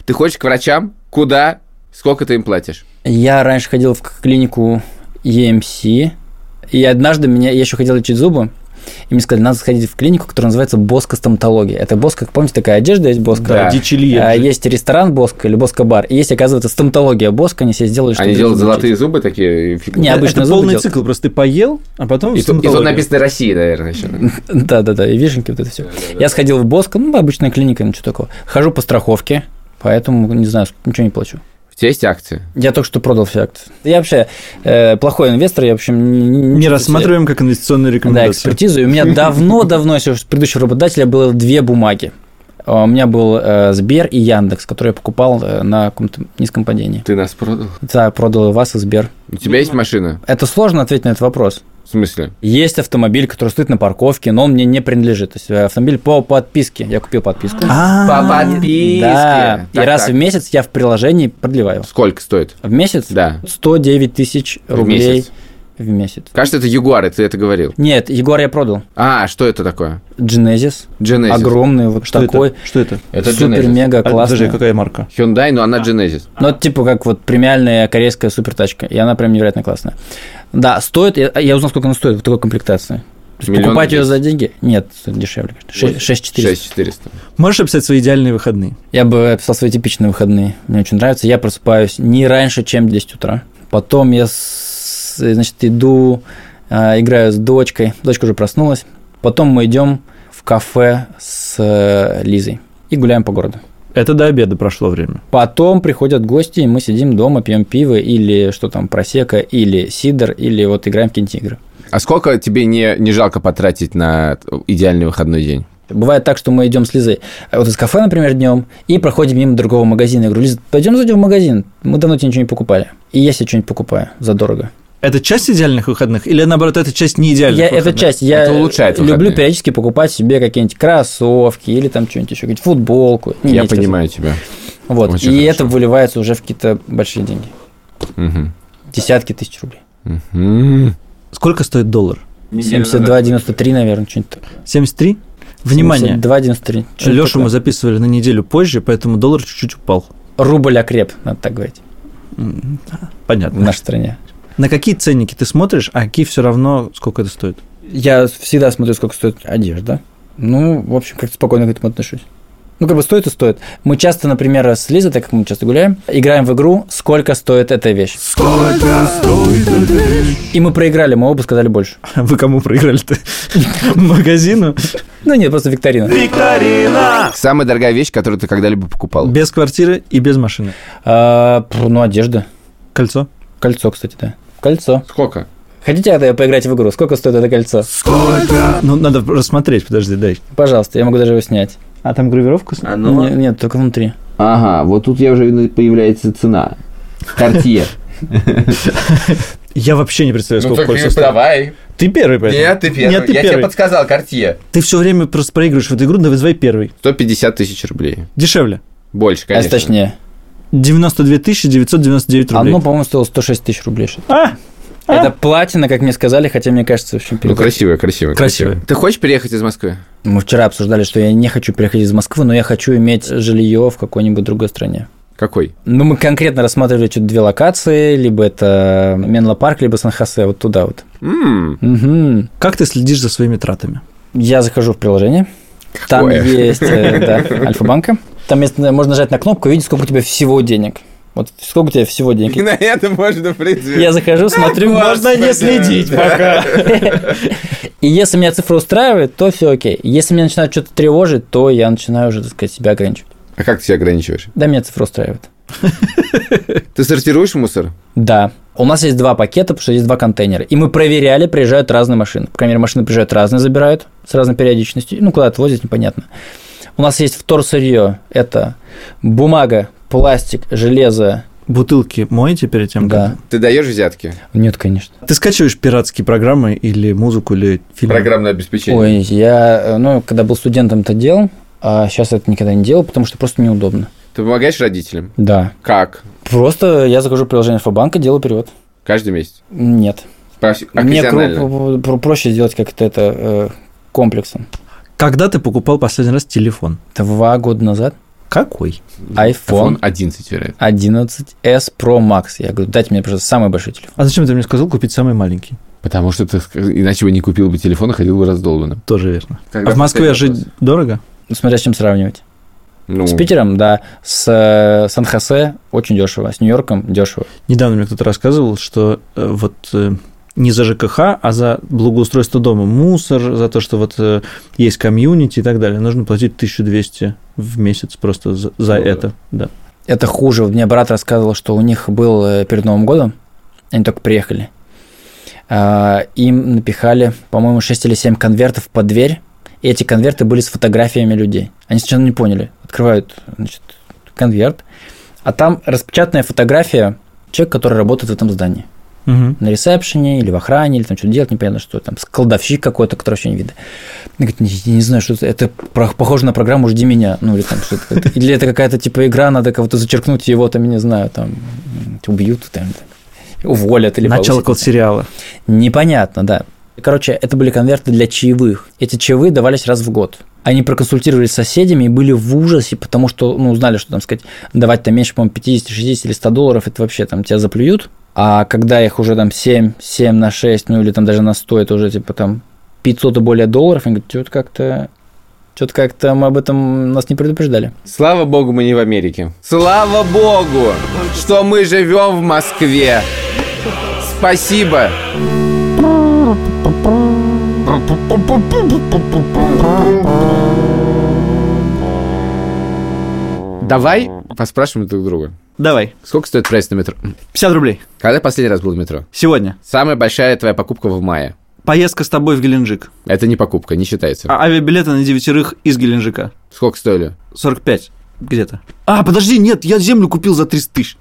[SPEAKER 1] Ты хочешь к врачам? Куда? Сколько ты им платишь?
[SPEAKER 11] Я раньше ходил в к- клинику EMC, и однажды меня, я еще хотел лечить зубы, и мне сказали, надо сходить в клинику, которая называется Боска стоматология. Это Боска, помните, такая одежда есть Боска?
[SPEAKER 1] Да.
[SPEAKER 11] А,
[SPEAKER 4] Дичилье.
[SPEAKER 11] есть ресторан Боска или Боска бар. И есть, оказывается, стоматология Боска, они себе сделали, чтобы
[SPEAKER 1] Они делают
[SPEAKER 11] зубы
[SPEAKER 1] золотые
[SPEAKER 11] лечить.
[SPEAKER 1] зубы такие? и фиг-
[SPEAKER 11] Не, а обычно
[SPEAKER 4] это
[SPEAKER 11] зубы
[SPEAKER 4] полный
[SPEAKER 11] делают.
[SPEAKER 4] цикл, просто ты поел, а потом...
[SPEAKER 1] И
[SPEAKER 4] в
[SPEAKER 1] тут, и тут
[SPEAKER 4] стоматологию.
[SPEAKER 1] написано «Россия», наверное, еще.
[SPEAKER 11] <laughs> Да-да-да, и вишенки, вот это все. Я сходил в Боско, ну, обычная клиника, ничего такого. Хожу по страховке, поэтому, не знаю, ничего не плачу.
[SPEAKER 1] У тебя есть акции?
[SPEAKER 11] Я только что продал все акции. Я вообще э, плохой инвестор, я, в общем, не, не-
[SPEAKER 4] Не
[SPEAKER 11] не
[SPEAKER 4] рассматриваем как инвестиционную
[SPEAKER 11] Да,
[SPEAKER 4] рекомендацию.
[SPEAKER 11] экспертизу. И у
[SPEAKER 1] <laughs>
[SPEAKER 11] меня давно-давно, еще с предыдущего работодателя было две бумаги. А, У меня был э, Сбер и Яндекс, которые я покупал э, на каком-то низком падении.
[SPEAKER 1] Ты нас продал?
[SPEAKER 11] Да, продал и вас, и Сбер.
[SPEAKER 1] У тебя есть машина?
[SPEAKER 11] Это сложно ответить на этот вопрос.
[SPEAKER 1] В смысле?
[SPEAKER 11] Есть автомобиль, который стоит на парковке, но он мне не принадлежит. То есть э, автомобиль по подписке. Я купил подписку.
[SPEAKER 1] По
[SPEAKER 4] А,
[SPEAKER 1] подписке.
[SPEAKER 11] Да, и
[SPEAKER 1] Так,
[SPEAKER 11] раз
[SPEAKER 1] так.
[SPEAKER 11] в месяц я в приложении продлеваю.
[SPEAKER 1] Сколько стоит?
[SPEAKER 11] В месяц?
[SPEAKER 1] Да.
[SPEAKER 11] 109 тысяч
[SPEAKER 1] В
[SPEAKER 11] рублей
[SPEAKER 1] месяц.
[SPEAKER 11] в месяц.
[SPEAKER 1] Кажется, это Ягуары, ты это говорил.
[SPEAKER 11] Нет, Егор я продал.
[SPEAKER 1] А, что это такое?
[SPEAKER 11] Genesis.
[SPEAKER 1] Genesis.
[SPEAKER 11] Огромный, вот
[SPEAKER 4] что
[SPEAKER 11] такой.
[SPEAKER 4] это? Что это?
[SPEAKER 1] Это Genesis.
[SPEAKER 11] Супер-мега
[SPEAKER 4] А, Подожди,
[SPEAKER 11] классный.
[SPEAKER 4] какая марка?
[SPEAKER 1] Hyundai, но она Genesis.
[SPEAKER 11] Ну, это типа как вот премиальная корейская супертачка. И она прям невероятно классная. Да, стоит, я, я узнал, сколько она стоит в такой комплектации. То есть
[SPEAKER 1] Миллион
[SPEAKER 11] покупать ее
[SPEAKER 1] десять.
[SPEAKER 11] за деньги? Нет, дешевле, конечно.
[SPEAKER 1] Восемь.
[SPEAKER 11] 6400.
[SPEAKER 1] 6400.
[SPEAKER 4] Можешь описать свои идеальные выходные?
[SPEAKER 11] Я бы описал свои типичные выходные. Мне очень нравится. Я просыпаюсь не раньше, чем 10 утра. Потом я, с- значит, иду, э, играю с дочкой. Дочка уже проснулась. Потом мы идем в кафе с э, Лизой и гуляем по городу.
[SPEAKER 4] Это до обеда прошло время.
[SPEAKER 11] Потом приходят гости, и мы сидим дома, пьем пиво или что там, просека, или сидор, или вот играем в какие-нибудь игры.
[SPEAKER 1] А сколько тебе не, не жалко потратить на идеальный выходной день?
[SPEAKER 11] Бывает так, что мы идем с Лизой э, вот из кафе, например, днем, и проходим мимо другого магазина. Я говорю, Лиза, пойдем зайдем в магазин, мы давно тебе ничего не покупали. И я себе что-нибудь покупаю задорого.
[SPEAKER 3] Это часть идеальных выходных? Или, наоборот, это часть не идеальных
[SPEAKER 11] Я,
[SPEAKER 3] выходных?
[SPEAKER 11] это часть. Я
[SPEAKER 1] Это улучшает
[SPEAKER 11] люблю
[SPEAKER 1] выходные.
[SPEAKER 11] периодически покупать себе какие-нибудь кроссовки или там что-нибудь еще, какую-нибудь футболку. Не,
[SPEAKER 1] Я
[SPEAKER 11] нет, кроссовок.
[SPEAKER 1] понимаю тебя.
[SPEAKER 11] Вот.
[SPEAKER 1] Очень
[SPEAKER 11] и
[SPEAKER 1] хорошо.
[SPEAKER 11] это выливается уже в какие-то большие деньги.
[SPEAKER 1] Мгм.
[SPEAKER 11] Десятки тысяч рублей.
[SPEAKER 1] Мгм.
[SPEAKER 3] Сколько стоит доллар?
[SPEAKER 11] 72,93, наверное, что-нибудь.
[SPEAKER 3] 73? Внимание.
[SPEAKER 11] 72,93. что-нибудь
[SPEAKER 3] Лешу
[SPEAKER 11] такое.
[SPEAKER 3] мы записывали на неделю позже, поэтому доллар чуть-чуть упал.
[SPEAKER 11] Рубль окреп, надо так говорить,
[SPEAKER 3] М,
[SPEAKER 11] в
[SPEAKER 3] Понятно.
[SPEAKER 11] нашей стране.
[SPEAKER 3] На какие ценники ты смотришь, а какие все равно, сколько это стоит? <laughs>
[SPEAKER 11] Я всегда смотрю, сколько стоит одежда. Ну, в общем, как-то спокойно к этому отношусь. Ну, как бы стоит и стоит. Мы часто, например, с Лизой, так как мы часто гуляем, играем в игру «Сколько стоит эта вещь?». И мы проиграли, мы оба сказали больше.
[SPEAKER 3] Вы кому
[SPEAKER 11] <laughs>
[SPEAKER 3] проиграли-то? Магазину?
[SPEAKER 11] Ну, нет, просто викторина.
[SPEAKER 1] Самая дорогая вещь, которую ты когда-либо покупал.
[SPEAKER 3] Без квартиры и без машины.
[SPEAKER 11] А, пф, ну, одежда.
[SPEAKER 3] Кольцо?
[SPEAKER 11] Кольцо, кстати, да. Кольцо.
[SPEAKER 1] Сколько?
[SPEAKER 11] Хотите я поиграть в игру? Сколько стоит это кольцо?
[SPEAKER 3] Ну, надо рассмотреть, подожди, дай.
[SPEAKER 11] Пожалуйста, я могу даже его снять.
[SPEAKER 3] А там гравировку?
[SPEAKER 11] Не- Нет, только внутри.
[SPEAKER 1] Ага, вот тут я уже видно, появляется цена. Картье.
[SPEAKER 3] Я вообще не представляю, сколько кольцо стоит.
[SPEAKER 10] Ну, давай.
[SPEAKER 3] Ты первый, поэтому.
[SPEAKER 10] Нет, ты первый.
[SPEAKER 3] Нет, ты
[SPEAKER 10] я тебе
[SPEAKER 3] первый.
[SPEAKER 10] подсказал, Картье.
[SPEAKER 3] Ты все время просто проигрываешь в эту игру, давай первый.
[SPEAKER 1] 150 тысяч рублей.
[SPEAKER 3] Дешевле.
[SPEAKER 1] Больше,
[SPEAKER 11] А
[SPEAKER 1] конечно.
[SPEAKER 11] если точнее.
[SPEAKER 3] 92 999 рублей.
[SPEAKER 11] Оно, по-моему, стоило 106 тысяч рублей. что-то.
[SPEAKER 3] А!
[SPEAKER 11] Это платина, как мне сказали, хотя мне кажется, в общем,
[SPEAKER 1] Ну,
[SPEAKER 11] перекрутили.
[SPEAKER 1] красивое, красивое.
[SPEAKER 3] Красивое.
[SPEAKER 1] Ты хочешь переехать из Москвы?
[SPEAKER 11] Мы вчера обсуждали, что я не хочу переходить из Москвы, но я хочу иметь жилье в какой-нибудь другой стране.
[SPEAKER 1] Какой?
[SPEAKER 11] Ну, мы конкретно рассматривали что-то две локации, либо это Менло Парк, либо Сан-Хосе, вот туда вот.
[SPEAKER 10] М-м.
[SPEAKER 1] М,
[SPEAKER 11] Мгм.
[SPEAKER 3] Как ты следишь за своими тратами?
[SPEAKER 11] Я захожу в приложение, там
[SPEAKER 1] Какое?
[SPEAKER 11] есть э, да, Альфа-банка, там есть, э, можно нажать на кнопку и видеть, сколько у тебя всего денег. Вот сколько у тебя всего денег.
[SPEAKER 10] И <laughs> на это можно, в принципе.
[SPEAKER 11] Я захожу, смотрю, можно не следить пока. И если меня цифра устраивает, то все окей. Если меня начинает что-то тревожить, то я начинаю уже, так сказать, себя ограничивать.
[SPEAKER 1] А как ты себя ограничиваешь?
[SPEAKER 11] Да, меня цифра устраивает.
[SPEAKER 1] Ты сортируешь мусор?
[SPEAKER 11] Да. У нас есть два пакета, потому что есть два контейнера. И мы проверяли, приезжают разные машины. По крайней мере, машины приезжают разные, забирают с разной периодичностью. Ну, куда отвозят, непонятно. У нас есть вторсырье. Это бумага, пластик, железо.
[SPEAKER 3] Бутылки моете перед тем, как-
[SPEAKER 11] Да.
[SPEAKER 1] Ты даешь взятки?
[SPEAKER 11] Нет, конечно.
[SPEAKER 3] Ты скачиваешь пиратские программы или музыку, или фильмы?
[SPEAKER 10] Программное обеспечение.
[SPEAKER 11] Ой, я, э, ну, когда был студентом, это делал, а сейчас это никогда не делал, потому что просто неудобно.
[SPEAKER 1] Ты помогаешь родителям?
[SPEAKER 11] Да.
[SPEAKER 1] Как?
[SPEAKER 11] Просто я захожу в приложение Альфа-банка, делаю перевод.
[SPEAKER 1] Каждый месяц?
[SPEAKER 11] Нет.
[SPEAKER 1] По-
[SPEAKER 11] Мне
[SPEAKER 1] Окказионально?
[SPEAKER 11] кру- про- проще сделать как-то это э, комплексом.
[SPEAKER 3] Когда ты покупал последний раз телефон?
[SPEAKER 11] Два года назад
[SPEAKER 3] Какой?
[SPEAKER 1] iPhone
[SPEAKER 11] iPhone
[SPEAKER 1] 11, вероятно.
[SPEAKER 11] 11s Pro Max. Я говорю, дайте мне, пожалуйста, самый большой телефон.
[SPEAKER 3] А зачем ты мне сказал купить самый маленький?
[SPEAKER 1] Потому что ты, иначе бы не купил бы телефон и ходил бы раздолбанным.
[SPEAKER 3] Тоже верно. а в Москве жить дорого?
[SPEAKER 11] Ну, Смотря с чем сравнивать.
[SPEAKER 1] Ну,
[SPEAKER 11] С Питером, да, с э, Сан-Хосе очень дешево, с Нью-Йорком дешево.
[SPEAKER 3] Недавно мне кто-то рассказывал, что э, вот э, не за ЖКХ, а за благоустройство дома. Мусор, за то, что вот э, есть комьюнити и так далее. Нужно платить 1200 в месяц просто за, за
[SPEAKER 1] Ну да.
[SPEAKER 3] это. Да.
[SPEAKER 11] Это хуже. Вот Мне брат рассказывал, что у них был э, перед Новым годом, они только приехали, а, им напихали, по-моему, 6 или 7 конвертов под дверь, и эти конверты были с фотографиями людей. Они сначала не поняли. Открывают значит, конверт, а там распечатанная фотография человека, который работает в этом здании.
[SPEAKER 3] Мгм.
[SPEAKER 11] На ресепшене или в охране, или там что-то делать, непонятно что. Там кладовщик какой-то, который вообще не видно. Я говорю, не, не знаю, что это, это про- похоже на программу «Жди меня». Ну, или там что-то. это- Или это какая-то типа игра, надо кого-то зачеркнуть, его там, я не знаю, там м, убьют, там, так, уволят или
[SPEAKER 3] Начало
[SPEAKER 11] повысят.
[SPEAKER 3] сериала.
[SPEAKER 11] Непонятно, да. Короче, это были конверты для чаевых. Эти чаевые давались раз в год. Они проконсультировались с соседями и были в ужасе, потому что, ну, узнали, что, там сказать, давать там меньше, по-моему, 50, 60 или 100 долларов, это вообще там тебя заплюют. А когда их уже там 7, 7 на 6, ну, или там даже на 100, это уже типа там 500 и более долларов, они говорят, что-то как-то... Что-то как-то мы об этом нас не предупреждали.
[SPEAKER 1] Слава богу, мы не в Америке. Слава богу, что мы живем в Москве. Спасибо. Давай поспрашиваем друг друга.
[SPEAKER 3] Давай.
[SPEAKER 1] Сколько стоит проезд на метро?
[SPEAKER 3] 50 рублей.
[SPEAKER 1] Когда последний раз был в метро?
[SPEAKER 3] Сегодня.
[SPEAKER 1] Самая большая твоя покупка в мае.
[SPEAKER 3] Поездка с тобой в Геленджик.
[SPEAKER 1] Это не покупка, не считается.
[SPEAKER 3] А авиабилеты на девятерых из Геленджика.
[SPEAKER 1] Сколько стоили?
[SPEAKER 3] 45 где-то. А, подожди, нет, я землю купил за 30 тысяч.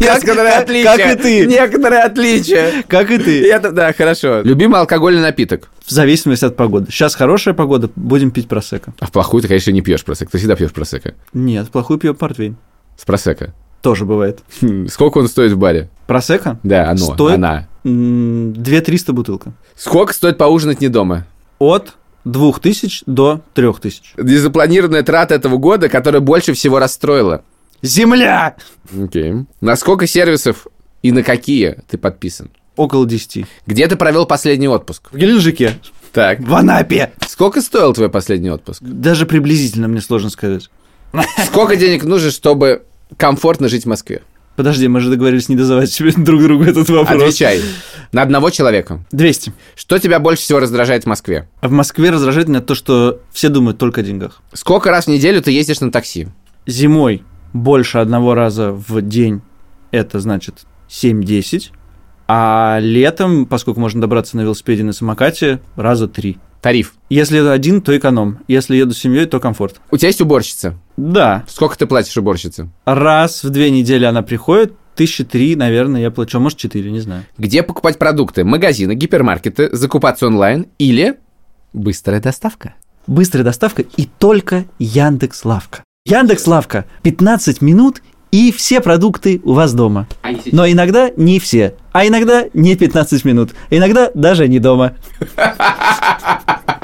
[SPEAKER 1] Некоторые отличия.
[SPEAKER 3] как и ты.
[SPEAKER 1] Некоторые отличия.
[SPEAKER 3] Как и ты.
[SPEAKER 1] Я, да, хорошо. Любимый алкогольный напиток.
[SPEAKER 3] В зависимости от погоды. Сейчас хорошая погода, будем пить просека.
[SPEAKER 1] А в плохую ты, конечно, не пьешь просека. Ты всегда пьешь просека.
[SPEAKER 3] Нет, плохую пьем портвейн.
[SPEAKER 1] С просека.
[SPEAKER 3] Тоже бывает.
[SPEAKER 1] Хм, Сколько он стоит в баре?
[SPEAKER 3] Просека?
[SPEAKER 1] Да, оно,
[SPEAKER 3] Стоит?
[SPEAKER 1] она.
[SPEAKER 3] М, 2300 бутылка.
[SPEAKER 1] Сколько стоит поужинать не дома?
[SPEAKER 3] От 2000 до 3000.
[SPEAKER 1] Незапланированная трата этого года, которая больше всего расстроила.
[SPEAKER 3] Земля!
[SPEAKER 1] Окей. На сколько сервисов и на какие ты подписан?
[SPEAKER 3] Около 10.
[SPEAKER 1] Где ты провел последний отпуск?
[SPEAKER 3] В Геленджике.
[SPEAKER 1] Так.
[SPEAKER 3] В Анапе.
[SPEAKER 1] Сколько стоил твой последний отпуск?
[SPEAKER 3] Даже приблизительно мне сложно сказать.
[SPEAKER 1] Сколько денег нужно, чтобы комфортно жить в Москве?
[SPEAKER 3] Подожди, мы же договорились не дозавать себе <laughs> друг другу этот вопрос.
[SPEAKER 1] Отвечай. На одного человека.
[SPEAKER 3] 200.
[SPEAKER 1] Что тебя больше всего раздражает в Москве?
[SPEAKER 3] А в Москве раздражает меня то, что все думают только о деньгах.
[SPEAKER 1] Сколько раз в неделю ты ездишь на такси?
[SPEAKER 3] Зимой больше одного раза в день, это значит 7-10. А летом, поскольку можно добраться на велосипеде и на самокате, раза три.
[SPEAKER 1] Тариф.
[SPEAKER 3] Если еду один, то эконом. Если еду с семьей, то комфорт.
[SPEAKER 1] У тебя есть уборщица?
[SPEAKER 3] Да,
[SPEAKER 1] Сколько ты платишь уборщице?
[SPEAKER 3] раз в две недели она приходит, тысячи три, наверное, я плачу, а может четыре, не знаю.
[SPEAKER 1] Где покупать продукты? Магазины, гипермаркеты, закупаться онлайн или быстрая доставка?
[SPEAKER 3] Быстрая доставка и только Яндекс Лавка. Яндекс Лавка 15 минут и все продукты у вас дома. Но иногда не все, а иногда не 15 минут, иногда даже не дома.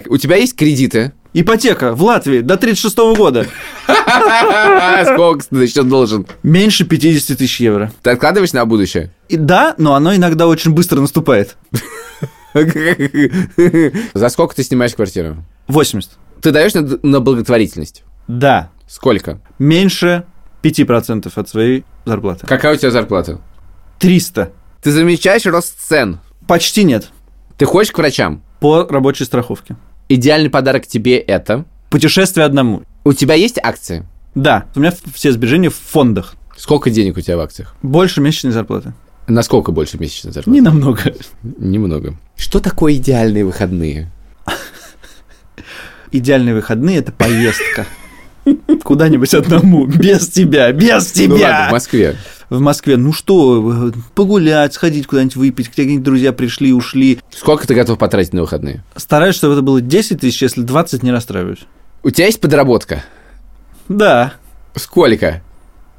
[SPEAKER 1] У тебя есть кредиты?
[SPEAKER 3] Ипотека в Латвии до 36 года.
[SPEAKER 1] Сколько ты еще должен?
[SPEAKER 3] Меньше 50 тысяч евро.
[SPEAKER 1] Ты откладываешь на будущее?
[SPEAKER 3] И да, но оно иногда очень быстро наступает.
[SPEAKER 1] За сколько ты снимаешь квартиру?
[SPEAKER 3] 80.
[SPEAKER 1] Ты даешь на, на благотворительность?
[SPEAKER 3] Да,
[SPEAKER 1] Сколько?
[SPEAKER 3] меньше 5% от своей зарплаты.
[SPEAKER 1] Какая у тебя зарплата?
[SPEAKER 3] 300.
[SPEAKER 1] Ты замечаешь рост цен?
[SPEAKER 3] Почти нет.
[SPEAKER 1] Ты ходишь к врачам?
[SPEAKER 3] По рабочей страховке.
[SPEAKER 1] Идеальный подарок тебе это?
[SPEAKER 3] Путешествие одному.
[SPEAKER 1] У тебя есть акции?
[SPEAKER 3] Да, у меня все сбережения в фондах.
[SPEAKER 1] Сколько денег у тебя в акциях?
[SPEAKER 3] Больше месячной зарплаты.
[SPEAKER 1] Насколько больше месячной зарплаты?
[SPEAKER 3] Не намного.
[SPEAKER 1] Немного. Что такое идеальные выходные?
[SPEAKER 3] Идеальные выходные – это поездка. Куда-нибудь одному, без тебя, без
[SPEAKER 1] Ну ладно, в
[SPEAKER 3] тебя.
[SPEAKER 1] Москве.
[SPEAKER 3] В Москве, ну что, э, погулять, сходить куда-нибудь выпить, где нибудь друзья пришли, ушли.
[SPEAKER 1] Сколько ты готов потратить на выходные?
[SPEAKER 3] Стараюсь, чтобы это было 10 тысяч, если 20, не расстраиваюсь.
[SPEAKER 1] У тебя есть подработка?
[SPEAKER 3] Да,
[SPEAKER 1] Сколько?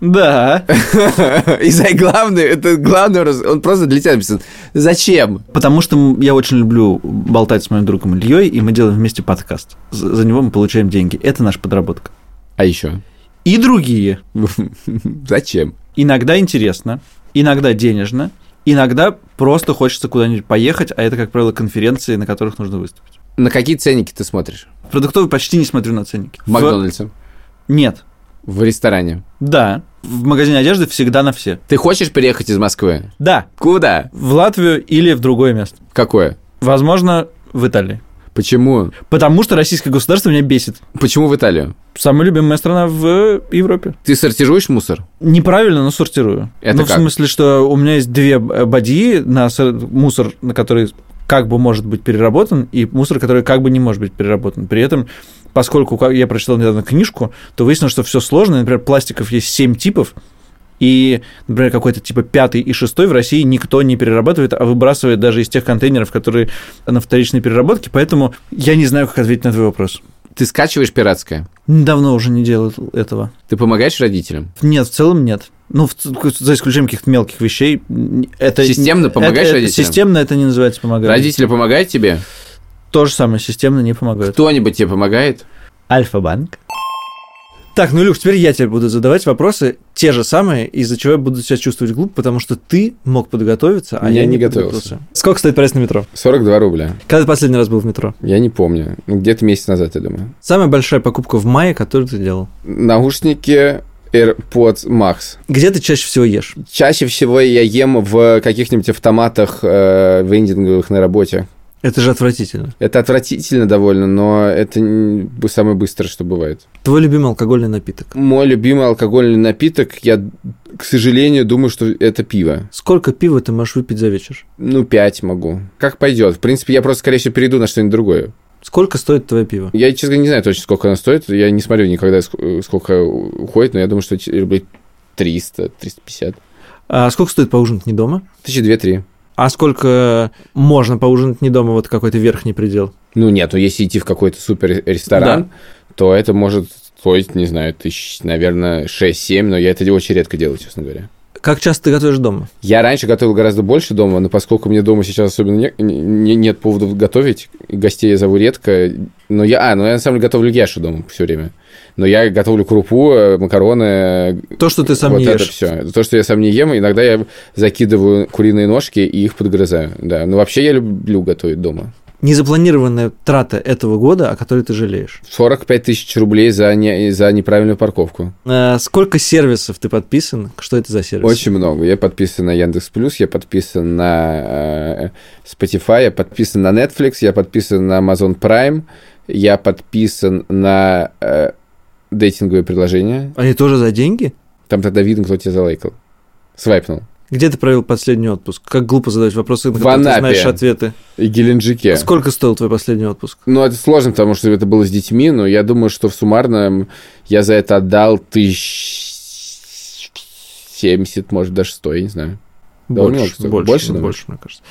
[SPEAKER 3] да.
[SPEAKER 1] <laughs> И за главное, это главное, раз- он просто для тебя написан. Зачем?
[SPEAKER 3] Потому что м- я очень люблю болтать с моим другом Ильей, и мы делаем вместе подкаст. За за него мы получаем деньги. Это наша подработка.
[SPEAKER 1] А еще?
[SPEAKER 3] И другие.
[SPEAKER 1] <laughs> Зачем?
[SPEAKER 3] Иногда интересно, иногда денежно, иногда просто хочется куда-нибудь поехать, а это, как правило, конференции, на которых нужно выступить.
[SPEAKER 1] На какие ценники ты смотришь?
[SPEAKER 3] В Продуктовый почти не смотрю на ценники.
[SPEAKER 1] В Макдональдсе?
[SPEAKER 3] Нет.
[SPEAKER 1] В ресторане?
[SPEAKER 3] Да. В магазине одежды всегда на все.
[SPEAKER 1] Ты хочешь переехать из Москвы?
[SPEAKER 3] Да.
[SPEAKER 1] Куда?
[SPEAKER 3] В Латвию или в другое место.
[SPEAKER 1] Какое?
[SPEAKER 3] Возможно, в Италии.
[SPEAKER 1] Почему?
[SPEAKER 3] Потому что российское государство меня бесит.
[SPEAKER 1] Почему в Италию?
[SPEAKER 3] Самая любимая страна в Европе.
[SPEAKER 1] Ты сортируешь мусор?
[SPEAKER 3] Неправильно, но сортирую.
[SPEAKER 1] Это
[SPEAKER 3] ну,
[SPEAKER 1] как?
[SPEAKER 3] в смысле, что у меня есть две э, бадьи на сор- мусор, на который как бы может быть переработан, и мусор, который как бы не может быть переработан. При этом, поскольку ка- я прочитал недавно книжку, то выяснилось, что все сложно. Например, пластиков есть семь типов, и, например, какой-то типа пятый и шестой в России никто не перерабатывает, а выбрасывает даже из тех контейнеров, которые на вторичной переработке. Поэтому я не знаю, как ответить на твой вопрос.
[SPEAKER 1] Ты скачиваешь пиратское?
[SPEAKER 3] Давно уже не делал этого.
[SPEAKER 1] Ты помогаешь родителям?
[SPEAKER 3] Нет, в целом нет. Ну, в ц- за исключением каких-то мелких вещей. н- Это,
[SPEAKER 1] Системно
[SPEAKER 3] это-
[SPEAKER 1] помогаешь
[SPEAKER 3] это-
[SPEAKER 1] родителям?
[SPEAKER 3] Системно это не называется помогать.
[SPEAKER 1] Родители помогают тебе?
[SPEAKER 3] То же самое, системно не помогают.
[SPEAKER 1] Кто-нибудь тебе помогает?
[SPEAKER 3] Альфа-банк. Так, ну, Люк, теперь я тебе буду задавать вопросы, те же самые, из-за чего я буду себя чувствовать глупо, потому что ты мог подготовиться, а
[SPEAKER 8] Я
[SPEAKER 3] я
[SPEAKER 8] не
[SPEAKER 3] не
[SPEAKER 8] готовился.
[SPEAKER 3] Сколько стоит проезд на метро?
[SPEAKER 8] 42 рубля.
[SPEAKER 3] Когда ты последний раз был в метро?
[SPEAKER 8] Я не помню. Ну, Где-то месяц назад, я думаю.
[SPEAKER 3] Самая большая покупка в мае, которую ты делал.
[SPEAKER 8] Наушники AirPods Max.
[SPEAKER 3] Где ты чаще всего ешь?
[SPEAKER 8] Чаще всего я ем в каких-нибудь автоматах э, вендинговых на работе.
[SPEAKER 3] Это же отвратительно.
[SPEAKER 8] Это отвратительно довольно, но это н- б- самое быстрое, что бывает.
[SPEAKER 3] Твой любимый алкогольный напиток.
[SPEAKER 8] Мой любимый алкогольный напиток, я, к сожалению, думаю, что это пиво.
[SPEAKER 3] Сколько пива ты можешь выпить за вечер?
[SPEAKER 8] Ну, пять могу. Как пойдет. В принципе, я просто, скорее всего, перейду на что-нибудь другое.
[SPEAKER 3] Сколько стоит твое пиво?
[SPEAKER 8] Я, честно, говоря, не знаю точно, сколько оно стоит. Я не смотрю никогда, ск- э, сколько уходит, но я думаю, что ч- рублей
[SPEAKER 1] 300, 350.
[SPEAKER 3] А сколько стоит поужинать не дома?
[SPEAKER 1] Тысячи две-три.
[SPEAKER 3] А сколько можно поужинать не дома, вот какой-то верхний предел?
[SPEAKER 1] Ну нет, ну если идти в какой-то супер э, ресторан, то это может стоить, не знаю, тысяч, наверное, 6-7, но я это очень редко делаю, честно говоря.
[SPEAKER 3] Как часто ты готовишь дома?
[SPEAKER 1] Я раньше готовил гораздо больше дома, но поскольку мне дома сейчас особенно не- не- нет повода готовить, гостей я зову редко. Но я, а, ну я на самом деле готовлю яшу дома все время. Но я готовлю крупу, э, макароны. э,
[SPEAKER 3] То, что ты сам
[SPEAKER 1] вот
[SPEAKER 3] не
[SPEAKER 1] это
[SPEAKER 3] ешь.
[SPEAKER 1] все. То, что я сам не ем, иногда я закидываю куриные ножки и их подгрызаю. Да, но вообще я люблю готовить дома.
[SPEAKER 3] Незапланированная трата этого года, о которой ты жалеешь.
[SPEAKER 1] 45 тысяч рублей за, не, за неправильную парковку.
[SPEAKER 3] Э, Сколько сервисов ты подписан? Что это за сервис?
[SPEAKER 1] Очень много. Я подписан на Яндекс Плюс, я подписан на э, Spotify, я подписан на Netflix, я подписан на Amazon Prime, я подписан на э, дейтинговые приложения.
[SPEAKER 3] Они тоже за деньги?
[SPEAKER 1] Там тогда видно, кто тебя залайкал. Свайпнул.
[SPEAKER 3] Где ты провел последний отпуск? Как глупо задавать вопросы, на
[SPEAKER 1] В
[SPEAKER 3] которые ты
[SPEAKER 1] Анапе.
[SPEAKER 3] знаешь ответы.
[SPEAKER 1] И Геленджике.
[SPEAKER 3] Сколько стоил твой последний отпуск?
[SPEAKER 1] Ну, это сложно, потому что это было с детьми, но я думаю, что в суммарном я за это отдал тысяч семьдесят, может, даже сто, я не знаю. Довольно много,
[SPEAKER 3] Больше,
[SPEAKER 1] что ли?
[SPEAKER 3] больше,
[SPEAKER 1] Больше,
[SPEAKER 3] больше,
[SPEAKER 1] думаешь?
[SPEAKER 3] мне кажется.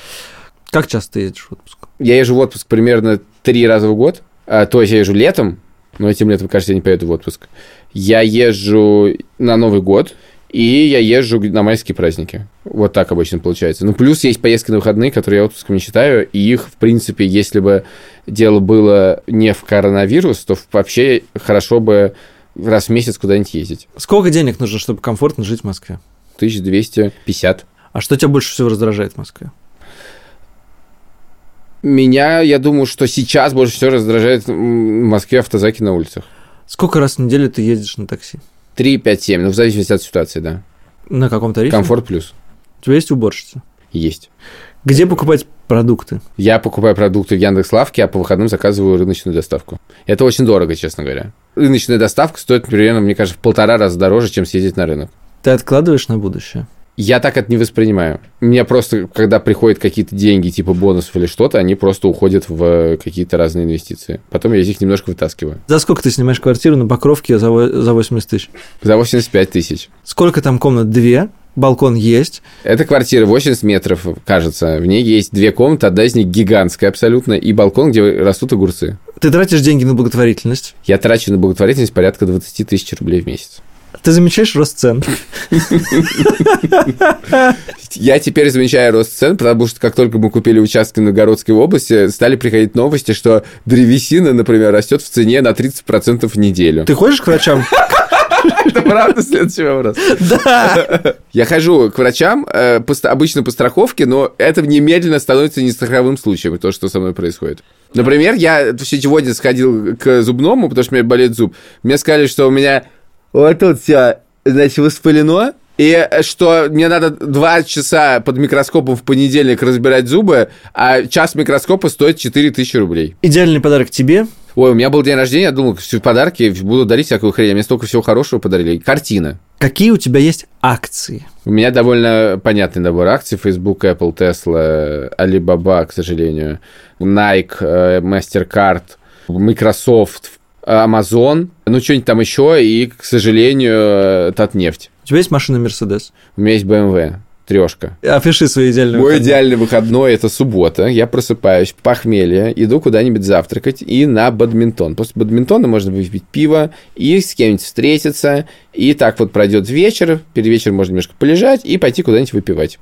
[SPEAKER 3] Как часто ты едешь в отпуск?
[SPEAKER 1] Я езжу в отпуск примерно три раза в год. А, то есть я езжу летом, но этим летом, кажется, я не поеду в отпуск. Я езжу на Новый год, и я езжу на майские праздники. Вот так обычно получается. Ну, плюс есть поездки на выходные, которые я отпуском не считаю, и их, в принципе, если бы дело было не в коронавирус, то вообще хорошо бы раз в месяц куда-нибудь ездить.
[SPEAKER 3] Сколько денег нужно, чтобы комфортно жить в Москве?
[SPEAKER 1] 1250.
[SPEAKER 3] А что тебя больше всего раздражает в Москве?
[SPEAKER 1] Меня, я думаю, что сейчас больше всего раздражает м, в Москве автозаки на улицах.
[SPEAKER 3] Сколько раз в неделю ты ездишь на такси?
[SPEAKER 1] 3, 5, 7, ну, в зависимости от ситуации, да.
[SPEAKER 3] На каком тарифе?
[SPEAKER 1] Комфорт плюс.
[SPEAKER 3] У тебя есть уборщица?
[SPEAKER 1] Есть.
[SPEAKER 3] Где покупать продукты?
[SPEAKER 1] Я покупаю продукты в Яндекс.Лавке, а по выходным заказываю рыночную доставку. Это очень дорого, честно говоря. Рыночная доставка стоит примерно, мне кажется, в полтора раза дороже, чем съездить на рынок.
[SPEAKER 3] Ты откладываешь на будущее?
[SPEAKER 1] Я так это не воспринимаю. Мне просто, когда приходят какие-то деньги, типа бонусов или что-то, они просто уходят в э, какие-то разные инвестиции. Потом я из них немножко вытаскиваю.
[SPEAKER 3] За сколько ты снимаешь квартиру на Покровке за во- за 80 тысяч?
[SPEAKER 1] За 85 тысяч.
[SPEAKER 3] Сколько там комнат? Две, балкон есть.
[SPEAKER 1] Эта квартира 80 метров, кажется. В ней есть две комнаты, одна из них гигантская абсолютно, и балкон, где растут огурцы.
[SPEAKER 3] Ты тратишь деньги на благотворительность.
[SPEAKER 1] Я трачу на благотворительность порядка 20 тысяч рублей в месяц.
[SPEAKER 3] Ты замечаешь рост цен.
[SPEAKER 1] Я теперь замечаю рост цен, потому что как только мы купили участки в Новгородской области, стали приходить новости, что древесина, например, растет в цене на 30% в неделю.
[SPEAKER 3] Ты ходишь к врачам?
[SPEAKER 1] Это правда следующий вопрос? <laughs> Да. Я хожу к врачам, э, по ст- обычно по страховке, но это немедленно становится не страховым случаем, то, что со мной происходит. Например, я сегодня сходил к зубному, потому что у меня болит зуб. Мне сказали, что у меня вот тут все, значит, воспалено, и э, что мне надо два часа под микроскопом в понедельник разбирать зубы, а час микроскопа стоит 4000 рублей.
[SPEAKER 3] Идеальный подарок тебе.
[SPEAKER 1] Ой, у меня был день рождения, я думал, все подарки, буду дарить всякую хрень. а Мне столько всего хорошего подарили. И Картина.
[SPEAKER 3] Какие у тебя есть акции?
[SPEAKER 1] У меня довольно понятный набор акций. Facebook, Apple, Tesla, Alibaba, к сожалению, Nike, э, MasterCard, Microsoft, Amazon, ну, что-нибудь там еще, и, к сожалению, э, Татнефть.
[SPEAKER 3] У тебя есть машина Мерседес?
[SPEAKER 1] У меня есть BMW, трешка.
[SPEAKER 3] Опиши свои идеальные
[SPEAKER 1] Мой
[SPEAKER 3] выходные.
[SPEAKER 1] идеальный выходной – это суббота. Я просыпаюсь, похмелье, иду куда-нибудь завтракать и на бадминтон. После бадминтона можно выпить пиво и с кем-нибудь встретиться. И так вот пройдет вечер, перед вечером можно немножко полежать и пойти куда-нибудь выпивать.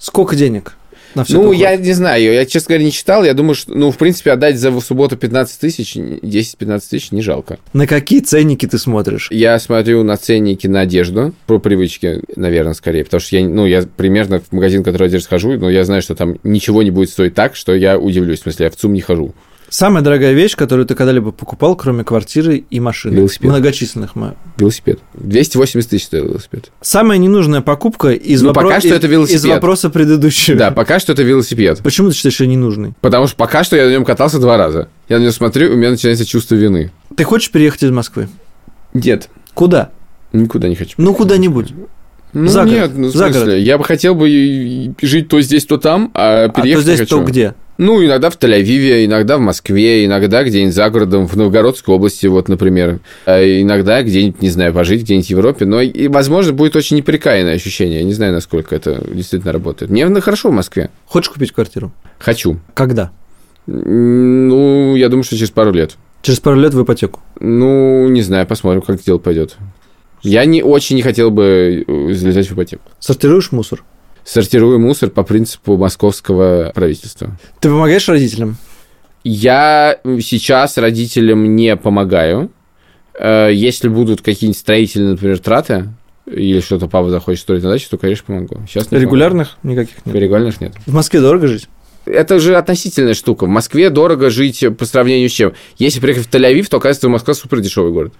[SPEAKER 3] Сколько денег? На всё
[SPEAKER 1] ну,
[SPEAKER 3] это
[SPEAKER 1] я
[SPEAKER 3] уходит?
[SPEAKER 1] не знаю, я, честно говоря, не читал. Я думаю, что, ну, в принципе, отдать за субботу 15 тысяч, 10-15 тысяч не жалко.
[SPEAKER 3] На какие ценники ты смотришь?
[SPEAKER 1] Я смотрю на ценники на одежду, по привычке, наверное, скорее, потому что я, ну, я примерно в магазин, в который одежду схожу, но я знаю, что там ничего не будет стоить так, что я удивлюсь, в смысле, я в ЦУМ не хожу.
[SPEAKER 3] Самая дорогая вещь, которую ты когда-либо покупал, кроме квартиры и машины.
[SPEAKER 1] Велосипед.
[SPEAKER 3] Многочисленных. мо-
[SPEAKER 1] Велосипед. 280 тысяч стоил
[SPEAKER 3] <laughs>
[SPEAKER 1] велосипед.
[SPEAKER 3] Самая ненужная покупка из,
[SPEAKER 1] Ну,
[SPEAKER 3] вопро-
[SPEAKER 1] пока что
[SPEAKER 3] из-
[SPEAKER 1] это велосипед.
[SPEAKER 3] из вопроса предыдущего.
[SPEAKER 1] Да, пока что это велосипед.
[SPEAKER 3] <laughs> Почему ты считаешь, что ненужный?
[SPEAKER 1] Потому что пока что я на нем катался два раза. Я на него смотрю, у меня начинается чувство вины.
[SPEAKER 3] Ты хочешь переехать из Москвы?
[SPEAKER 1] Нет,
[SPEAKER 3] Куда?
[SPEAKER 1] никуда не хочу.
[SPEAKER 3] Ну, куда-нибудь.
[SPEAKER 1] Ну,
[SPEAKER 3] За город.
[SPEAKER 1] нет, ну, в
[SPEAKER 3] За
[SPEAKER 1] смысле, я бы хотел бы и- и жить то здесь, то там, а
[SPEAKER 3] а то
[SPEAKER 1] переехать не
[SPEAKER 3] здесь,
[SPEAKER 1] хочу.
[SPEAKER 3] то где.
[SPEAKER 1] Ну, иногда в Тель-Авиве, иногда в Москве, иногда где-нибудь за городом, в Новгородской области, вот, например. А Иногда где-нибудь, не знаю, пожить где-нибудь в Европе. Но, и, возможно, будет очень неприкаянное ощущение. Я не знаю, насколько это действительно работает. Мне ну, хорошо в Москве.
[SPEAKER 3] Хочешь купить квартиру?
[SPEAKER 1] Хочу.
[SPEAKER 3] Когда?
[SPEAKER 1] М, Ну, я думаю, что через пару лет.
[SPEAKER 3] Через пару лет в ипотеку.
[SPEAKER 1] Ну, не знаю, посмотрим, как дело пойдет. Я не очень не хотел бы э, залезать в ипотеку.
[SPEAKER 3] Сортируешь мусор?
[SPEAKER 1] Сортирую мусор по принципу московского правительства.
[SPEAKER 3] Ты помогаешь родителям?
[SPEAKER 1] Я сейчас родителям не помогаю. Э, Если будут какие-нибудь строительные, например, траты, или что-то папа захочет строить на даче, то, конечно, помогу. Сейчас не
[SPEAKER 3] Регулярных? Никаких
[SPEAKER 1] помогу.
[SPEAKER 3] нет.
[SPEAKER 1] Регулярных нет.
[SPEAKER 3] В Москве дорого жить?
[SPEAKER 1] Это же относительная штука. В Москве дорого жить по сравнению с чем? Если приехать в Тель-Авив, то оказывается, Москва супер дешевый город.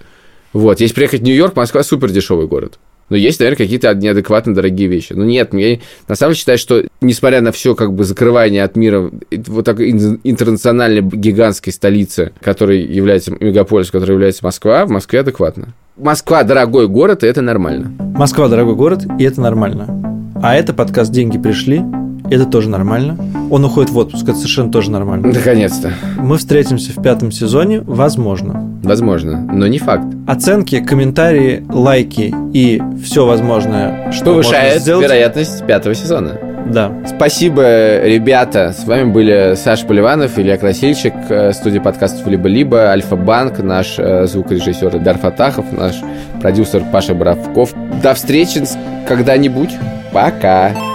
[SPEAKER 1] Вот. Если приехать в Нью-Йорк, Москва супер дешевый город. Но есть, наверное, какие-то неадекватно дорогие вещи. Ну нет, я на самом деле считаю, что несмотря на все как бы закрывание от мира э, вот так ин- интернациональной гигантской столицы, которая является мегаполис, которая является Москва, в Москве адекватно. Москва дорогой город, и это нормально.
[SPEAKER 3] Москва дорогой город, и это нормально. А это подкаст «Деньги пришли», это тоже нормально. Он уходит в отпуск, это совершенно тоже нормально.
[SPEAKER 1] Наконец-то.
[SPEAKER 3] Мы встретимся в пятом сезоне, возможно.
[SPEAKER 1] Возможно, но не факт.
[SPEAKER 3] Оценки, комментарии, лайки и все возможное, что можно
[SPEAKER 1] Повышает
[SPEAKER 3] сделать.
[SPEAKER 1] вероятность пятого сезона.
[SPEAKER 3] Да.
[SPEAKER 1] Спасибо, ребята. С вами были Саша Поливанов, Илья Красильщик, э, студия подкастов «Либо-либо», «Альфа-Банк», наш э, звукорежиссер Дар Фатахов, наш продюсер Паша Бравков. До встречи с- когда-нибудь. Пока.